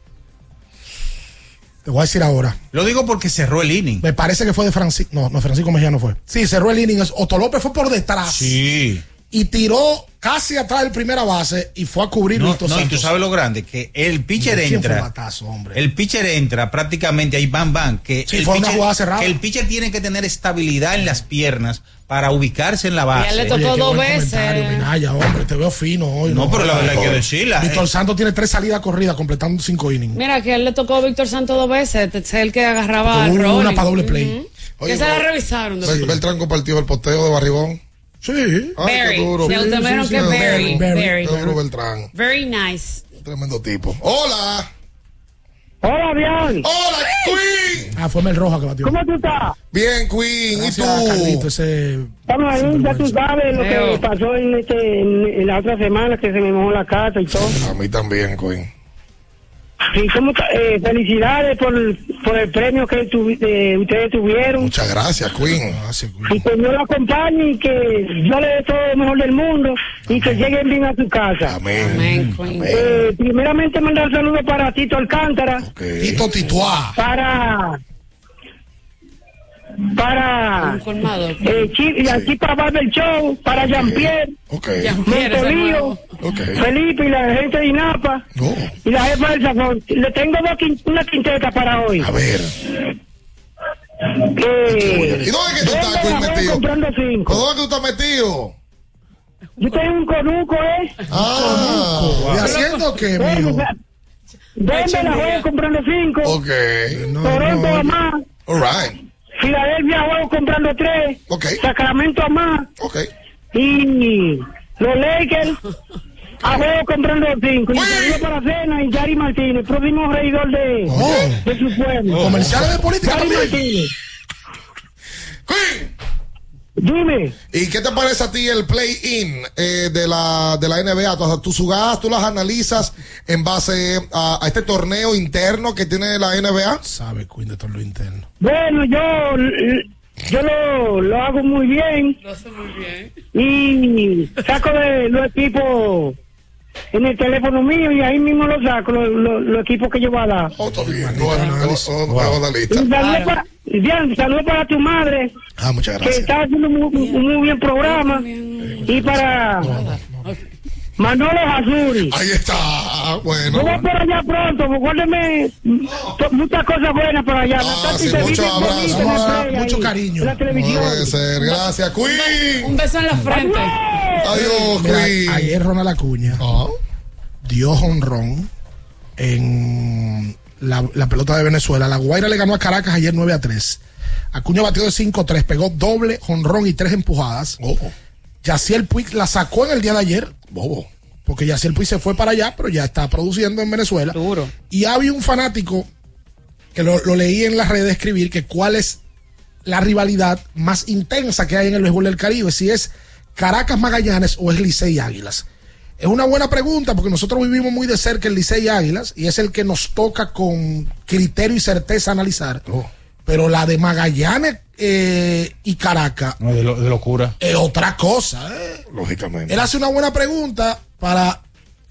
Speaker 1: Te voy a decir ahora.
Speaker 3: Lo digo porque cerró el inning.
Speaker 1: Me parece que fue de Francisco. No, no, Francisco Mejía no fue. Sí, cerró el inning. Otto López fue por detrás.
Speaker 3: Sí.
Speaker 1: y tiró casi atrás del primera base y fue a cubrir
Speaker 3: No,
Speaker 1: Milton
Speaker 3: no, y tú
Speaker 1: Santos.
Speaker 3: sabes lo grande, que el pitcher
Speaker 1: ¿Quién fue el
Speaker 3: entra.
Speaker 1: batazo, hombre?
Speaker 3: El pitcher entra prácticamente ahí, bam, bam. Que,
Speaker 1: Sí,
Speaker 3: el
Speaker 1: fue una
Speaker 3: pitcher,
Speaker 1: jugada cerrada.
Speaker 3: que el pitcher tiene que tener estabilidad en las piernas para ubicarse en la base.
Speaker 11: Ya le tocó
Speaker 1: Oye, qué
Speaker 11: dos
Speaker 1: buen
Speaker 11: veces.
Speaker 1: comentario, Minaya, hombre, te veo fino hoy.
Speaker 3: No, pero la verdad hay que decirla.
Speaker 1: Víctor
Speaker 3: Eh.
Speaker 1: Santos tiene tres salidas corridas, completando cinco innings.
Speaker 11: Mira, que a él le tocó a Víctor Santos dos veces. Este Es el que agarraba al
Speaker 1: Tuvo
Speaker 11: rol.
Speaker 1: una para doble play.
Speaker 11: Que se la revisaron.
Speaker 2: Bel- Beltrán compartió el posteo de Barrigón.
Speaker 1: Sí.
Speaker 2: Ay, qué
Speaker 11: Barry.
Speaker 2: duro.
Speaker 11: Se automaron que Barry,
Speaker 2: Qué
Speaker 11: Barry.
Speaker 2: duro Beltrán.
Speaker 11: Very nice.
Speaker 2: Tremendo tipo. Hola.
Speaker 25: Hola, Bian.
Speaker 2: Hola, Queen.
Speaker 1: Ah, fue Mel Roja que batió.
Speaker 25: ¿Cómo tú estás?
Speaker 2: Bien, Queen.
Speaker 1: Gracias, Carlito, ese-
Speaker 25: Estamos ahí, ya tú sabes lo que
Speaker 1: Leo.
Speaker 25: pasó en, este, en, en la otra semana que se me mojó la casa y todo.
Speaker 2: A mí también, Queen.
Speaker 25: Sí, ¿cómo está? Eh, felicidades por, por el premio que tuvi- eh, ustedes tuvieron.
Speaker 2: Muchas gracias, Queen.
Speaker 25: Y que Dios lo acompañe y que yo le dé todo lo mejor del mundo y que lleguen bien a su casa.
Speaker 2: Amén.
Speaker 25: Eh, primeramente mandar saludos para Tito Alcántara.
Speaker 2: Tito
Speaker 1: Tituá.
Speaker 25: Para... Para... Eh, Chi- y aquí para Barber Show, para Jean-Pierre.
Speaker 1: Jean-Pierre, ese
Speaker 25: Montolío,
Speaker 1: nuevo. Ok.
Speaker 25: Felipe y la gente de INAPA. Y la jefa del Zafón. Le tengo dos quin- una quinteta para hoy. A
Speaker 2: ver.
Speaker 25: Eh,
Speaker 2: ¿Y dónde es que tú estás, Queen, metido? ¿Dónde es que tú estás metido?
Speaker 25: yo estoy en un conuco, ¿eh?
Speaker 2: Ah.
Speaker 1: ¿Y haciendo qué,
Speaker 25: Bueno,
Speaker 1: mijo?
Speaker 25: Denme la juego comprando cinco.
Speaker 2: Ok.
Speaker 25: Toronto a más.
Speaker 2: All right.
Speaker 25: Filadelfia juego comprando tres. Sacramento a más. Y los Lakers a juego comprando cinco. Y saludo para Cena y Gary Martínez, próximo reidor de, de su pueblo.
Speaker 1: Oh. Comerciales de política
Speaker 25: Gary
Speaker 1: también.
Speaker 25: Martínez.
Speaker 2: Dime. ¿Y qué te parece a ti el play-in eh, de, la, de la NBA? O sea, tus jugadas, tú las analizas en base a, a este torneo interno que tiene la NBA.
Speaker 1: Sabe, Queen, de torneo interno.
Speaker 25: Bueno, yo, yo lo, lo hago muy bien.
Speaker 11: Lo hace muy bien.
Speaker 25: y saco de los equipos en el teléfono mío y ahí mismo lo saco, lo- lo- los equipos que yo voy a dar. Y saludo para, bien, saludo para tu madre,
Speaker 2: Ah, muchas
Speaker 25: que está haciendo un muy, muy buen programa, y para Manolo Azuri.
Speaker 2: Ahí está, bueno.
Speaker 25: Yo voy para allá pronto, pues, guárdeme to- muchas cosas buenas para allá.
Speaker 2: Ah, sí, muchos abrazos.
Speaker 25: mucho cariño. La televisión.
Speaker 2: Puede ser. Gracias, Queen.
Speaker 11: Un beso en la frente.
Speaker 2: Adiós,
Speaker 1: Eh,
Speaker 2: Ah.
Speaker 1: Mira,
Speaker 2: Queen.
Speaker 1: ayer Ronald Acuña dio honrón en la, la pelota de Venezuela. La Guaira le ganó a Caracas ayer 9 a 3. Acuña batió de 5-3, pegó doble honrón y tres empujadas.
Speaker 2: Oh.
Speaker 1: Yaciel Puig la sacó en el día de ayer.
Speaker 2: Oh.
Speaker 1: Bobo. Porque Yaciel Puig se fue para allá, pero ya está produciendo en Venezuela. Y había un fanático que lo, lo leí en las redes escribir que cuál es la rivalidad más intensa que hay en el béisbol del Caribe, si es Caracas Magallanes o es Licey Águilas. Es una buena pregunta porque nosotros vivimos muy de cerca el Licey Águilas y es el que nos toca con criterio y certeza analizar. Pero la de Magallanes eh, y Caracas
Speaker 3: de, lo- de locura.
Speaker 1: es otra cosa. ¿eh?
Speaker 2: Lógicamente.
Speaker 1: Él hace una buena pregunta para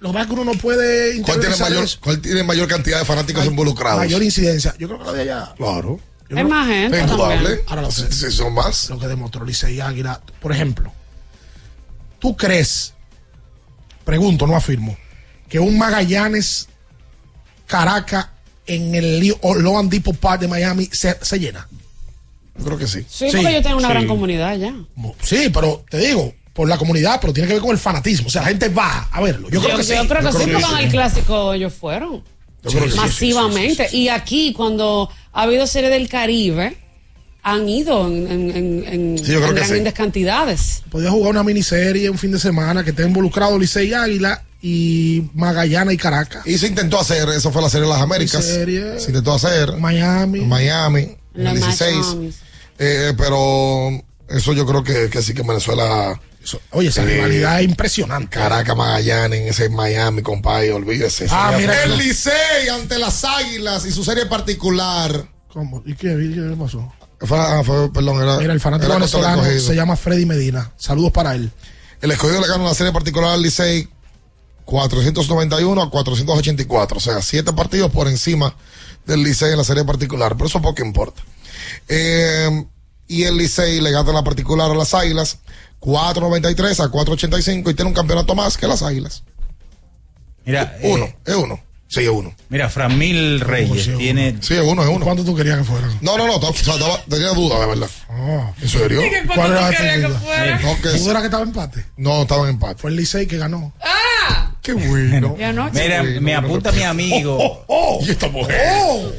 Speaker 1: lo más que uno no puede
Speaker 2: ¿Cuál tiene,
Speaker 1: interiorizar
Speaker 2: mayor,
Speaker 1: eso.
Speaker 2: ¿Cuál tiene mayor cantidad de fanáticos involucrados?
Speaker 1: mayor incidencia. Yo creo que la de allá.
Speaker 2: Claro.
Speaker 1: Yo creo-
Speaker 2: Es indudable.
Speaker 1: Ahora lo que,
Speaker 2: Sí, sí, son más.
Speaker 1: lo que demostró Licey Águila. Por ejemplo, ¿tú crees, pregunto, no afirmo, que un Magallanes Caracas en el Leo- o Loan Depot Park de Miami se, se llena?
Speaker 2: Yo creo que sí.
Speaker 11: Sí, porque yo tengo una gran comunidad ya.
Speaker 1: Sí, pero te digo, por la comunidad, pero tiene que ver con el fanatismo. O sea, la gente va a verlo. Yo, creo que sí.
Speaker 11: Yo creo que sí, porque en el
Speaker 1: sí.
Speaker 11: clásico ellos fueron.
Speaker 1: Yo creo que sí,
Speaker 11: masivamente. Y aquí, cuando ha habido series del Caribe, han ido en, en, en- en-
Speaker 1: Sí, yo creo
Speaker 11: en
Speaker 1: que sí.
Speaker 11: grandes cantidades.
Speaker 1: Podía jugar una miniserie un fin de semana que esté involucrado Licey Águila y Magallanes y Caracas.
Speaker 2: Y se intentó hacer, eso fue la serie de las Américas.
Speaker 1: Serie.
Speaker 2: Se intentó hacer.
Speaker 1: Miami.
Speaker 2: Miami, en
Speaker 1: La
Speaker 2: el 16.
Speaker 1: Miami.
Speaker 2: Eh, pero eso yo creo que, que sí que Venezuela.
Speaker 1: Oye, esa rivalidad es impresionante.
Speaker 2: Caracas, Magallanes, en ese Miami, compadre, olvídese.
Speaker 1: Ah,
Speaker 2: Sería-
Speaker 1: mira.
Speaker 2: el Licey ante las Águilas y su serie particular.
Speaker 1: ¿Cómo? ¿Y qué, ¿Y qué pasó?
Speaker 2: Fue- ah, fue- perdón, era,
Speaker 1: Mira, el fanático
Speaker 2: era contra el
Speaker 1: venezolano
Speaker 2: escogido.
Speaker 1: se llama Freddy Medina. Saludos para él.
Speaker 2: El escogido le ganó la serie particular al Licey 491 a 484. O sea, siete partidos por encima del Licey en la serie particular. Pero eso poco importa. Eh, y el Licey le gana la particular a las Águilas 4.93 a 4.85 y tiene un campeonato más que las Águilas.
Speaker 3: Mira,
Speaker 2: Uno,
Speaker 3: eh,
Speaker 2: es uno. Sí, es uno.
Speaker 3: mira, Framil Reyes tiene.
Speaker 2: Sí, es uno, es uno.
Speaker 1: ¿Cuánto tú querías que fuera?
Speaker 2: No, no, no, to- o sea, estaba- tenía duda, de verdad. ¿En serio?
Speaker 1: Dije, ¿cuánto ¿Cuál era tú la querías que estadística? fuera?
Speaker 2: No, que-
Speaker 1: ¿Tú era que estaba empate?
Speaker 2: no, estaba en empate.
Speaker 1: Fue el Licey que ganó. ¡Ah! ¡Qué bueno!
Speaker 3: Mira, me apunta mi amigo.
Speaker 2: Oh, Y esta mujer.
Speaker 3: Oh.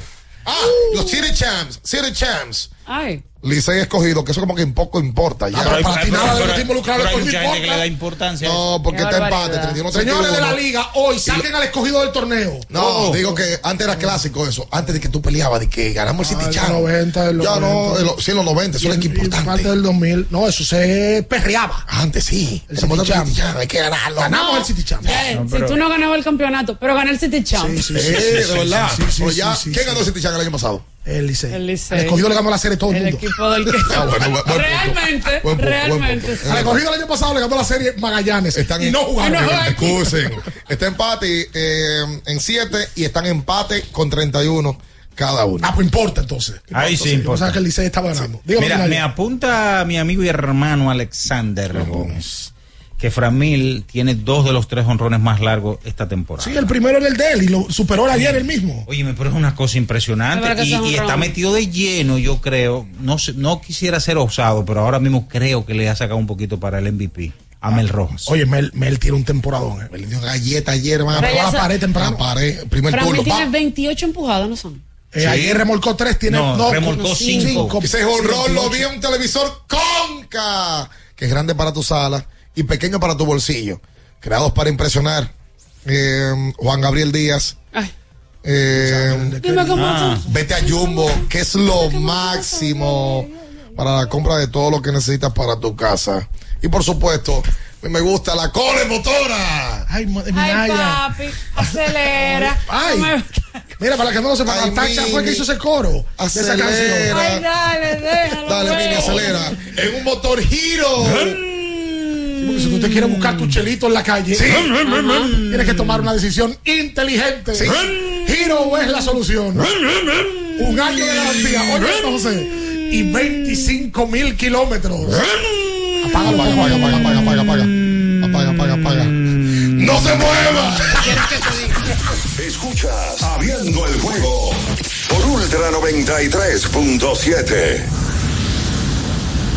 Speaker 2: Ah, los City Champs, City Champs.
Speaker 11: Ay.
Speaker 2: Licey escogido, que eso como que poco importa. Ya.
Speaker 3: Ah, pero hay-
Speaker 2: Ah, para ti
Speaker 3: pero-
Speaker 2: nada de
Speaker 3: pero-
Speaker 2: lo que involucrado
Speaker 3: pero hay
Speaker 2: con
Speaker 3: mucha
Speaker 2: mi
Speaker 3: gente que
Speaker 2: podcast.
Speaker 3: le da importancia.
Speaker 2: No, porque
Speaker 1: Qué
Speaker 2: está
Speaker 1: barbaridad.
Speaker 2: empate, 31
Speaker 1: Señores de la liga, hoy saquen al escogido del torneo.
Speaker 2: No,
Speaker 3: Oh.
Speaker 2: digo que antes era clásico eso. Antes de que tú peleabas, de que ganamos el
Speaker 1: Ah,
Speaker 2: City
Speaker 1: en los
Speaker 2: Champ.
Speaker 1: 90, en los
Speaker 2: ya no,
Speaker 1: 90.
Speaker 2: en los, sí, en los 90, eso
Speaker 1: Y
Speaker 2: era
Speaker 1: en-
Speaker 2: que importante.
Speaker 1: y Parte del 2000. No, eso se perreaba.
Speaker 2: Antes sí.
Speaker 1: El City Champ.
Speaker 2: hay que ganarlo.
Speaker 1: Ganamos
Speaker 11: No.
Speaker 1: el City Champ.
Speaker 11: Ya, si tú no ganabas el campeonato, pero gané el City Champ.
Speaker 2: Eh, de verdad.
Speaker 1: sí, sí,
Speaker 2: Pero
Speaker 1: sí,
Speaker 2: ya,
Speaker 1: sí,
Speaker 2: ¿quién ganó el City Champ el año pasado?
Speaker 1: El Licey.
Speaker 11: El Licey.
Speaker 1: El escogido le ganó la serie a todo el, mundo.
Speaker 11: equipo del que
Speaker 2: Ah, bueno, buen- buen
Speaker 11: realmente,
Speaker 2: punto, buen punto,
Speaker 11: realmente.
Speaker 2: buen punto.
Speaker 11: sí.
Speaker 1: Al escogido el año pasado le ganó la serie Magallanes.
Speaker 2: Están
Speaker 1: y
Speaker 2: en-
Speaker 1: no jugaron.
Speaker 11: Y no jugaron.
Speaker 2: Excusen. Está empate eh, en 7 y están empate con 31 cada uno.
Speaker 1: Ah, pues importa entonces.
Speaker 3: Ahí sí
Speaker 1: O sea
Speaker 3: importa.
Speaker 1: que el Licey estaba ganando. Dígame,
Speaker 3: Mira,
Speaker 1: Minaya.
Speaker 3: me apunta mi amigo y hermano Alexander Gómez que Framil tiene dos de los tres honrones más largos esta temporada.
Speaker 1: Sí, el primero era el de él y lo superó ayer el mismo.
Speaker 3: Óyeme, pero es una cosa
Speaker 11: Es verdad
Speaker 3: impresionante
Speaker 11: que
Speaker 3: y,
Speaker 11: es un
Speaker 3: y está
Speaker 11: ron.
Speaker 3: metido de lleno, yo creo. No sé- no quisiera ser osado, pero ahora mismo creo que le ha sacado un poquito para el MVP a
Speaker 11: Ah.
Speaker 3: Mel Rojas.
Speaker 1: Oye, Mel, Mel tiene un temporadón. eh.
Speaker 2: El niño galleta ayer, hermano.
Speaker 11: Pero
Speaker 2: Pegó la
Speaker 11: ya sa-
Speaker 2: pared temprano. La pared, primer
Speaker 11: Para mí
Speaker 2: turno.
Speaker 11: tiene
Speaker 2: pa.
Speaker 11: 28 empujadas, ¿no son?
Speaker 1: Eh,
Speaker 3: Sí.
Speaker 1: Ayer remolcó tres, tiene
Speaker 3: No,
Speaker 1: dos,
Speaker 3: remolcó
Speaker 1: con-
Speaker 3: cinco.
Speaker 2: Ese honrón
Speaker 1: 28.
Speaker 2: lo vi en un televisor Conca, que es grande para tu sala y pequeño para tu bolsillo. Creados para impresionar. Eh, Juan Gabriel Díaz.
Speaker 11: Ay.
Speaker 2: Eh,
Speaker 11: Dime cómo
Speaker 3: Ah.
Speaker 11: tú-
Speaker 2: Vete a Jumbo, que es lo máximo para la compra de todo lo que necesitas para tu casa. Y por supuesto, a mí me gusta la cole motora.
Speaker 1: Ay, madre
Speaker 11: Ay,
Speaker 1: mía.
Speaker 11: papi, acelera.
Speaker 1: Ay.
Speaker 11: No me-
Speaker 1: Mira, para que no lo sepan,
Speaker 2: Ay,
Speaker 1: Tacha fue
Speaker 2: Mini.
Speaker 1: que hizo ese coro de esa
Speaker 2: Acelera.
Speaker 1: canción.
Speaker 11: Ay, dale, déjalo. pues.
Speaker 2: Dale,
Speaker 11: güey.
Speaker 2: mini, acelera. En un motor giro.
Speaker 1: Mm. Porque si tú te quieres buscar tu chelito en la calle, mm,
Speaker 2: Mm.
Speaker 1: tienes que tomar una decisión inteligente. Mm. Giro es la
Speaker 2: Mm,
Speaker 1: solución. Un año de garantía, oye entonces, y 25 mil kilómetros.
Speaker 2: Apaga, apaga, apaga, apaga, apaga, apaga, apaga. Apaga, apaga, apaga. ¡No se mueva!
Speaker 4: Escuchas Abriendo el juego por Ultra 93.7.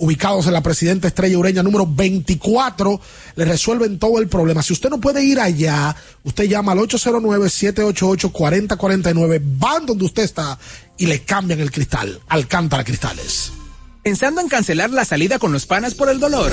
Speaker 1: Ubicados en la Presidenta Estrella Ureña número 24, le resuelven todo el problema. Si usted no puede ir allá, usted llama al 809-788-4049, van donde usted está y le cambian el cristal. Alcántara Cristales.
Speaker 26: Pensando en cancelar la salida con los panas por el dolor.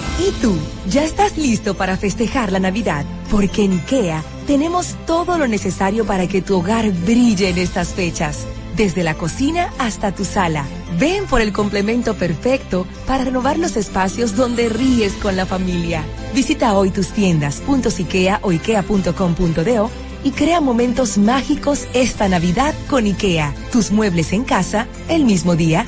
Speaker 27: ¿Y tú? ¿Ya estás listo para festejar la Navidad? Porque en IKEA tenemos todo lo necesario para que tu hogar brille en estas fechas. Desde la cocina hasta tu sala. Ven por el complemento perfecto para renovar los espacios donde ríes con la familia. Visita hoy tus tiendas, puntos IKEA o ikea.com.do y crea momentos mágicos esta Navidad con IKEA. Tus muebles en casa el mismo día.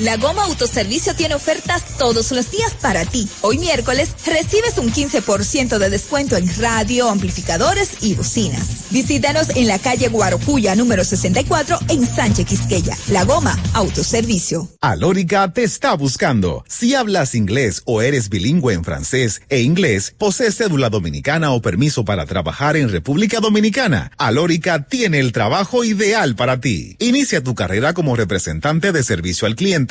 Speaker 28: La Goma Autoservicio tiene ofertas todos los días para ti. Hoy miércoles recibes un 15% de descuento en radio, amplificadores y bocinas. Visítanos en la calle Guarocuya número 64 en Sánchez Quisqueya. La Goma Autoservicio.
Speaker 18: Alórica te está buscando. Si hablas inglés o eres bilingüe en francés e inglés, posees cédula dominicana o permiso para trabajar en República Dominicana, Alórica tiene el trabajo ideal para ti. Inicia tu carrera como representante de servicio al cliente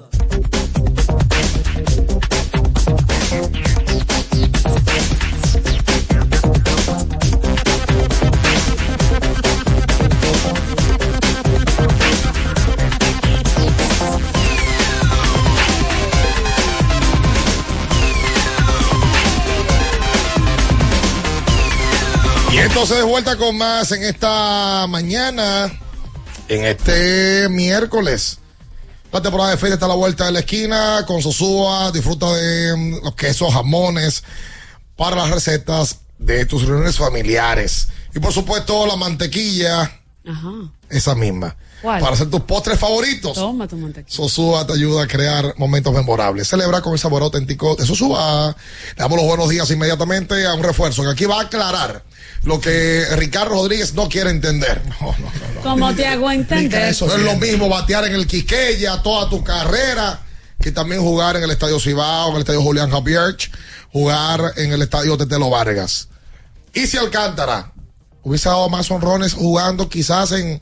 Speaker 1: Y entonces de vuelta con más en esta mañana, en este miércoles. La temporada de feria está a la vuelta de la esquina con Sosúa. Disfruta de mm, los quesos, jamones para las recetas de tus reuniones familiares. Y por supuesto, la mantequilla,
Speaker 11: Ajá.
Speaker 1: esa misma.
Speaker 11: ¿Cuál?
Speaker 1: Para hacer tus postres favoritos.
Speaker 11: Toma tu mantequilla.
Speaker 1: Sosúa te ayuda a crear momentos memorables. Celebra con el sabor auténtico de Sosúa. Le damos los buenos días inmediatamente a un refuerzo que aquí va a aclarar lo que Ricardo Rodríguez no quiere entender. No, no, no.
Speaker 11: ¿Cómo te hago entender?
Speaker 1: no es lo mismo batear en el Quiqueya toda tu carrera que también jugar en el Estadio Cibao, en el Estadio Julián Javier, jugar en el Estadio Tetelo Vargas. Isi Alcántara,
Speaker 2: Hubiese dado más honrones jugando quizás en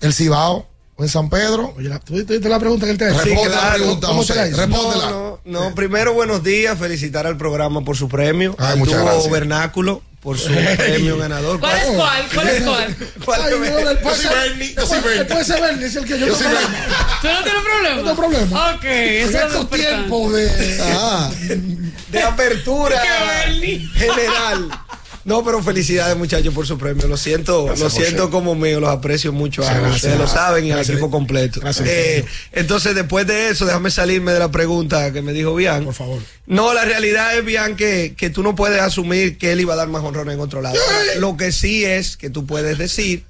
Speaker 2: el Cibao o en San Pedro.
Speaker 1: Oye, la- tú tú- tú la pregunta que él te hace.
Speaker 2: Sí, Responde la pregunta,
Speaker 1: ¿Cómo
Speaker 2: José,
Speaker 1: te la hizo?
Speaker 2: respóndela.
Speaker 29: No, no, no, primero buenos días, felicitar al programa por su premio.
Speaker 2: Ay,
Speaker 29: al
Speaker 2: muchas
Speaker 29: dúo
Speaker 2: gracias.
Speaker 29: Vernáculo por su premio ganador.
Speaker 11: ¿Cuál es cuál? ¿Cuál es cuál?
Speaker 29: ¿Cuál
Speaker 1: Ay,
Speaker 29: es?
Speaker 1: no,
Speaker 29: Yo
Speaker 1: del
Speaker 29: soy
Speaker 1: pase-
Speaker 29: Bernie, yo soy
Speaker 1: después-
Speaker 29: Bernie.
Speaker 1: después de Bernie, es el que yo tengo problema.
Speaker 11: ¿Tú no tienes problema?
Speaker 1: No tengo problema.
Speaker 11: Ok,
Speaker 1: En
Speaker 11: eso es
Speaker 1: estos
Speaker 11: importante.
Speaker 1: tiempos de.
Speaker 2: Ah.
Speaker 29: de apertura general. No, pero felicidades muchachos por su premio. Lo siento,
Speaker 2: Gracias,
Speaker 29: lo siento
Speaker 2: José.
Speaker 29: como mío, los aprecio mucho. a
Speaker 2: Gracias.
Speaker 29: ustedes lo saben y al
Speaker 2: Gracias.
Speaker 29: equipo completo.
Speaker 2: Gracias.
Speaker 29: Eh, entonces, después de eso, déjame salirme de la pregunta que me dijo Bian. Por favor. No, la realidad es, Bian, que, que tú no puedes asumir que él iba a dar más honrones en otro lado. Ahora, Lo que sí es que tú puedes decir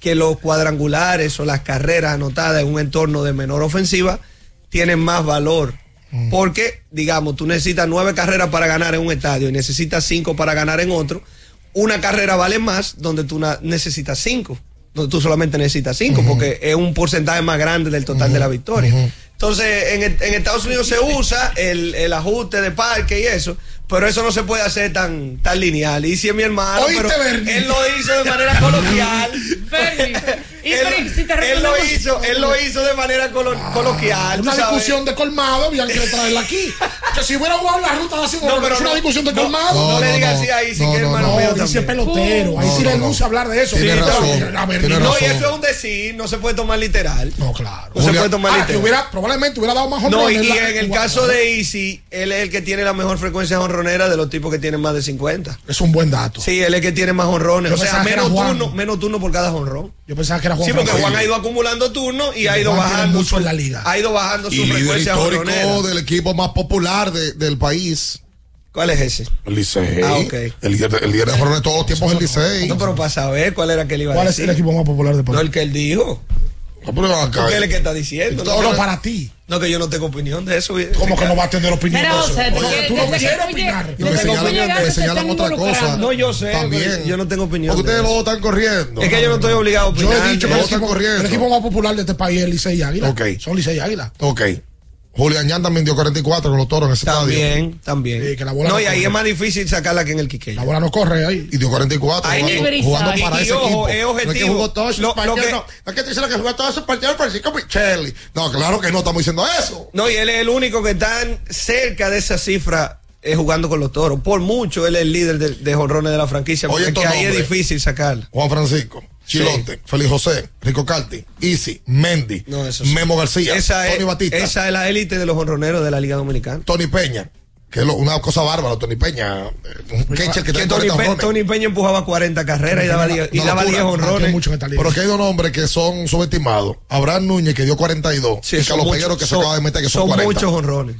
Speaker 29: que los cuadrangulares o las carreras anotadas en un entorno de menor ofensiva tienen más valor. Porque, digamos, tú necesitas nueve carreras para ganar en un estadio y necesitas cinco para ganar en otro. Una carrera vale más donde tú na- necesitas cinco, donde tú solamente necesitas cinco, porque es un porcentaje más grande del total de la victoria. Entonces, en, e-, en Estados Unidos se usa el, el ajuste de parque y eso, pero eso no se puede hacer tan, tan lineal. Y si es mi hermano,
Speaker 12: Oíste,
Speaker 29: pero
Speaker 12: Bernie.
Speaker 29: él lo hizo de manera coloquial. él, él lo hizo, él lo hizo de manera colo- coloquial.
Speaker 1: Una
Speaker 29: tú sabes.
Speaker 1: discusión de colmado, había que traerla aquí. Que si hubiera jugado la ruta de
Speaker 29: No,
Speaker 1: no,
Speaker 29: pero
Speaker 1: es una
Speaker 29: no.
Speaker 1: discusión de
Speaker 29: No,
Speaker 1: colmado.
Speaker 29: no le digas así ahí, si que hermano mío
Speaker 1: No, dice
Speaker 29: también.
Speaker 1: pelotero. Ahí
Speaker 29: No,
Speaker 1: sí
Speaker 29: no,
Speaker 1: le
Speaker 29: no.
Speaker 1: gusta hablar de eso.
Speaker 29: Sí,
Speaker 1: Pero,
Speaker 29: pero-
Speaker 1: a ver,
Speaker 29: no,
Speaker 1: no,
Speaker 29: y eso es un decir, no se puede tomar literal. No, claro. No se
Speaker 1: Julia-
Speaker 29: puede tomar
Speaker 1: Ah, que
Speaker 29: literal.
Speaker 1: hubiera- probablemente hubiera dado más
Speaker 29: No, y,
Speaker 1: honrones
Speaker 29: y
Speaker 1: la-
Speaker 29: en el caso de Easy, él es el que tiene la mejor frecuencia honronera de los tipos que tienen más de 50.
Speaker 1: Es un buen dato.
Speaker 29: Sí, él es el que tiene más honrones.
Speaker 1: Yo
Speaker 29: o sea,
Speaker 1: pensaba que era
Speaker 29: menos
Speaker 1: Juan.
Speaker 29: turno, menos turno por cada honrón.
Speaker 1: Yo pensaba que era Juan
Speaker 29: Sí, porque
Speaker 1: Francisco.
Speaker 29: Juan ha ido acumulando turnos y ha ido
Speaker 2: Juan tiene
Speaker 29: bajando
Speaker 2: mucho
Speaker 29: su-
Speaker 2: en la liga.
Speaker 29: Ha ido bajando su
Speaker 2: Y líder
Speaker 29: frecuencia
Speaker 2: histórico
Speaker 29: honronera.
Speaker 2: del equipo más popular de- del país.
Speaker 29: ¿Cuál es ese?
Speaker 2: El Licey.
Speaker 29: Ah, ok.
Speaker 2: El líder de- el líder de jorrones de todos los tiempos es el Licey.
Speaker 29: No, pero para saber cuál era que él iba a
Speaker 1: ¿Cuál es
Speaker 29: decir.
Speaker 1: el equipo más popular de
Speaker 29: No, el que él dijo.
Speaker 2: Ah,
Speaker 29: ¿Qué es el que está diciendo?
Speaker 1: Todo lo para ti.
Speaker 29: No, que yo no tengo opinión de eso.
Speaker 1: ¿Cómo que no va a tener opinión
Speaker 29: Pero,
Speaker 1: de eso?
Speaker 29: José,
Speaker 1: O sea,
Speaker 29: porque
Speaker 1: tú no
Speaker 29: desde que
Speaker 1: quieres
Speaker 29: tú
Speaker 1: opinar.
Speaker 29: llegas- desde que tú llegaste, te están involucrando. No, yo sé,
Speaker 2: También.
Speaker 29: pero yo no tengo opinión.
Speaker 2: Porque
Speaker 29: de
Speaker 2: ustedes
Speaker 29: eso.
Speaker 2: los dos están corriendo.
Speaker 29: Es que yo no estoy obligado a
Speaker 1: Yo
Speaker 29: opinar.
Speaker 1: he dicho que
Speaker 29: de
Speaker 1: el
Speaker 29: eso.
Speaker 1: equipo, el equipo más popular de este país es Licey y Águila.
Speaker 2: Ok.
Speaker 1: Son Licey y Águila.
Speaker 2: Ok. Julián Yan también dio 44 con los toros en ese
Speaker 29: También,
Speaker 2: estadio.
Speaker 29: también.
Speaker 2: la
Speaker 29: No, y ahí es más difícil sacarla que en el Quiqueya.
Speaker 1: La bola no corre ahí.
Speaker 2: Y dio 44
Speaker 29: Ahí
Speaker 2: jugando,
Speaker 29: es
Speaker 2: jugando
Speaker 29: brisa.
Speaker 2: para
Speaker 29: Y- y
Speaker 2: ese
Speaker 29: ojo,
Speaker 2: equipo.
Speaker 29: es
Speaker 2: No que
Speaker 29: objetivo.
Speaker 2: jugó todos sus
Speaker 29: Lo- lo
Speaker 2: partidos.
Speaker 29: que-
Speaker 2: no. No es que te dicen que jugó todos sus partidos Francisco Micheli. No, claro que no estamos diciendo eso.
Speaker 29: No, y él es el único que está en- cerca de esa cifra eh, jugando con los toros. Por mucho, él es el líder de, de jonrones de la franquicia.
Speaker 2: Oye,
Speaker 29: Porque
Speaker 2: estos
Speaker 29: que ahí es
Speaker 2: nombres.
Speaker 29: difícil sacarla.
Speaker 2: Juan Francisco, Chilote, Feliz José, Rico Carti, Easy, Mendy,
Speaker 29: No, eso sí.
Speaker 2: Memo García,
Speaker 29: Esa
Speaker 2: Tony
Speaker 29: es,
Speaker 2: Batista,
Speaker 29: Esa es la élite de los honroneros de la Liga Dominicana.
Speaker 2: Tony Peña. Que es lo- una cosa bárbara, Tony Peña. eh, Un catcher que tiene
Speaker 29: Tony,
Speaker 2: 40
Speaker 29: Pe-
Speaker 2: honrones.
Speaker 29: Tony Peña empujaba 40 carreras y daba 10 y
Speaker 2: Una
Speaker 29: daba
Speaker 2: locura.
Speaker 29: 10 honrones.
Speaker 2: Pero que hay dos nombres que son subestimados. Abraham Núñez, que dio 42.
Speaker 29: Sí,
Speaker 2: y
Speaker 29: son
Speaker 2: Carlos
Speaker 29: muchos-
Speaker 2: Peguero, que se
Speaker 29: son-
Speaker 2: acaba de meter, que son,
Speaker 29: son
Speaker 2: 40.
Speaker 29: muchos honrones.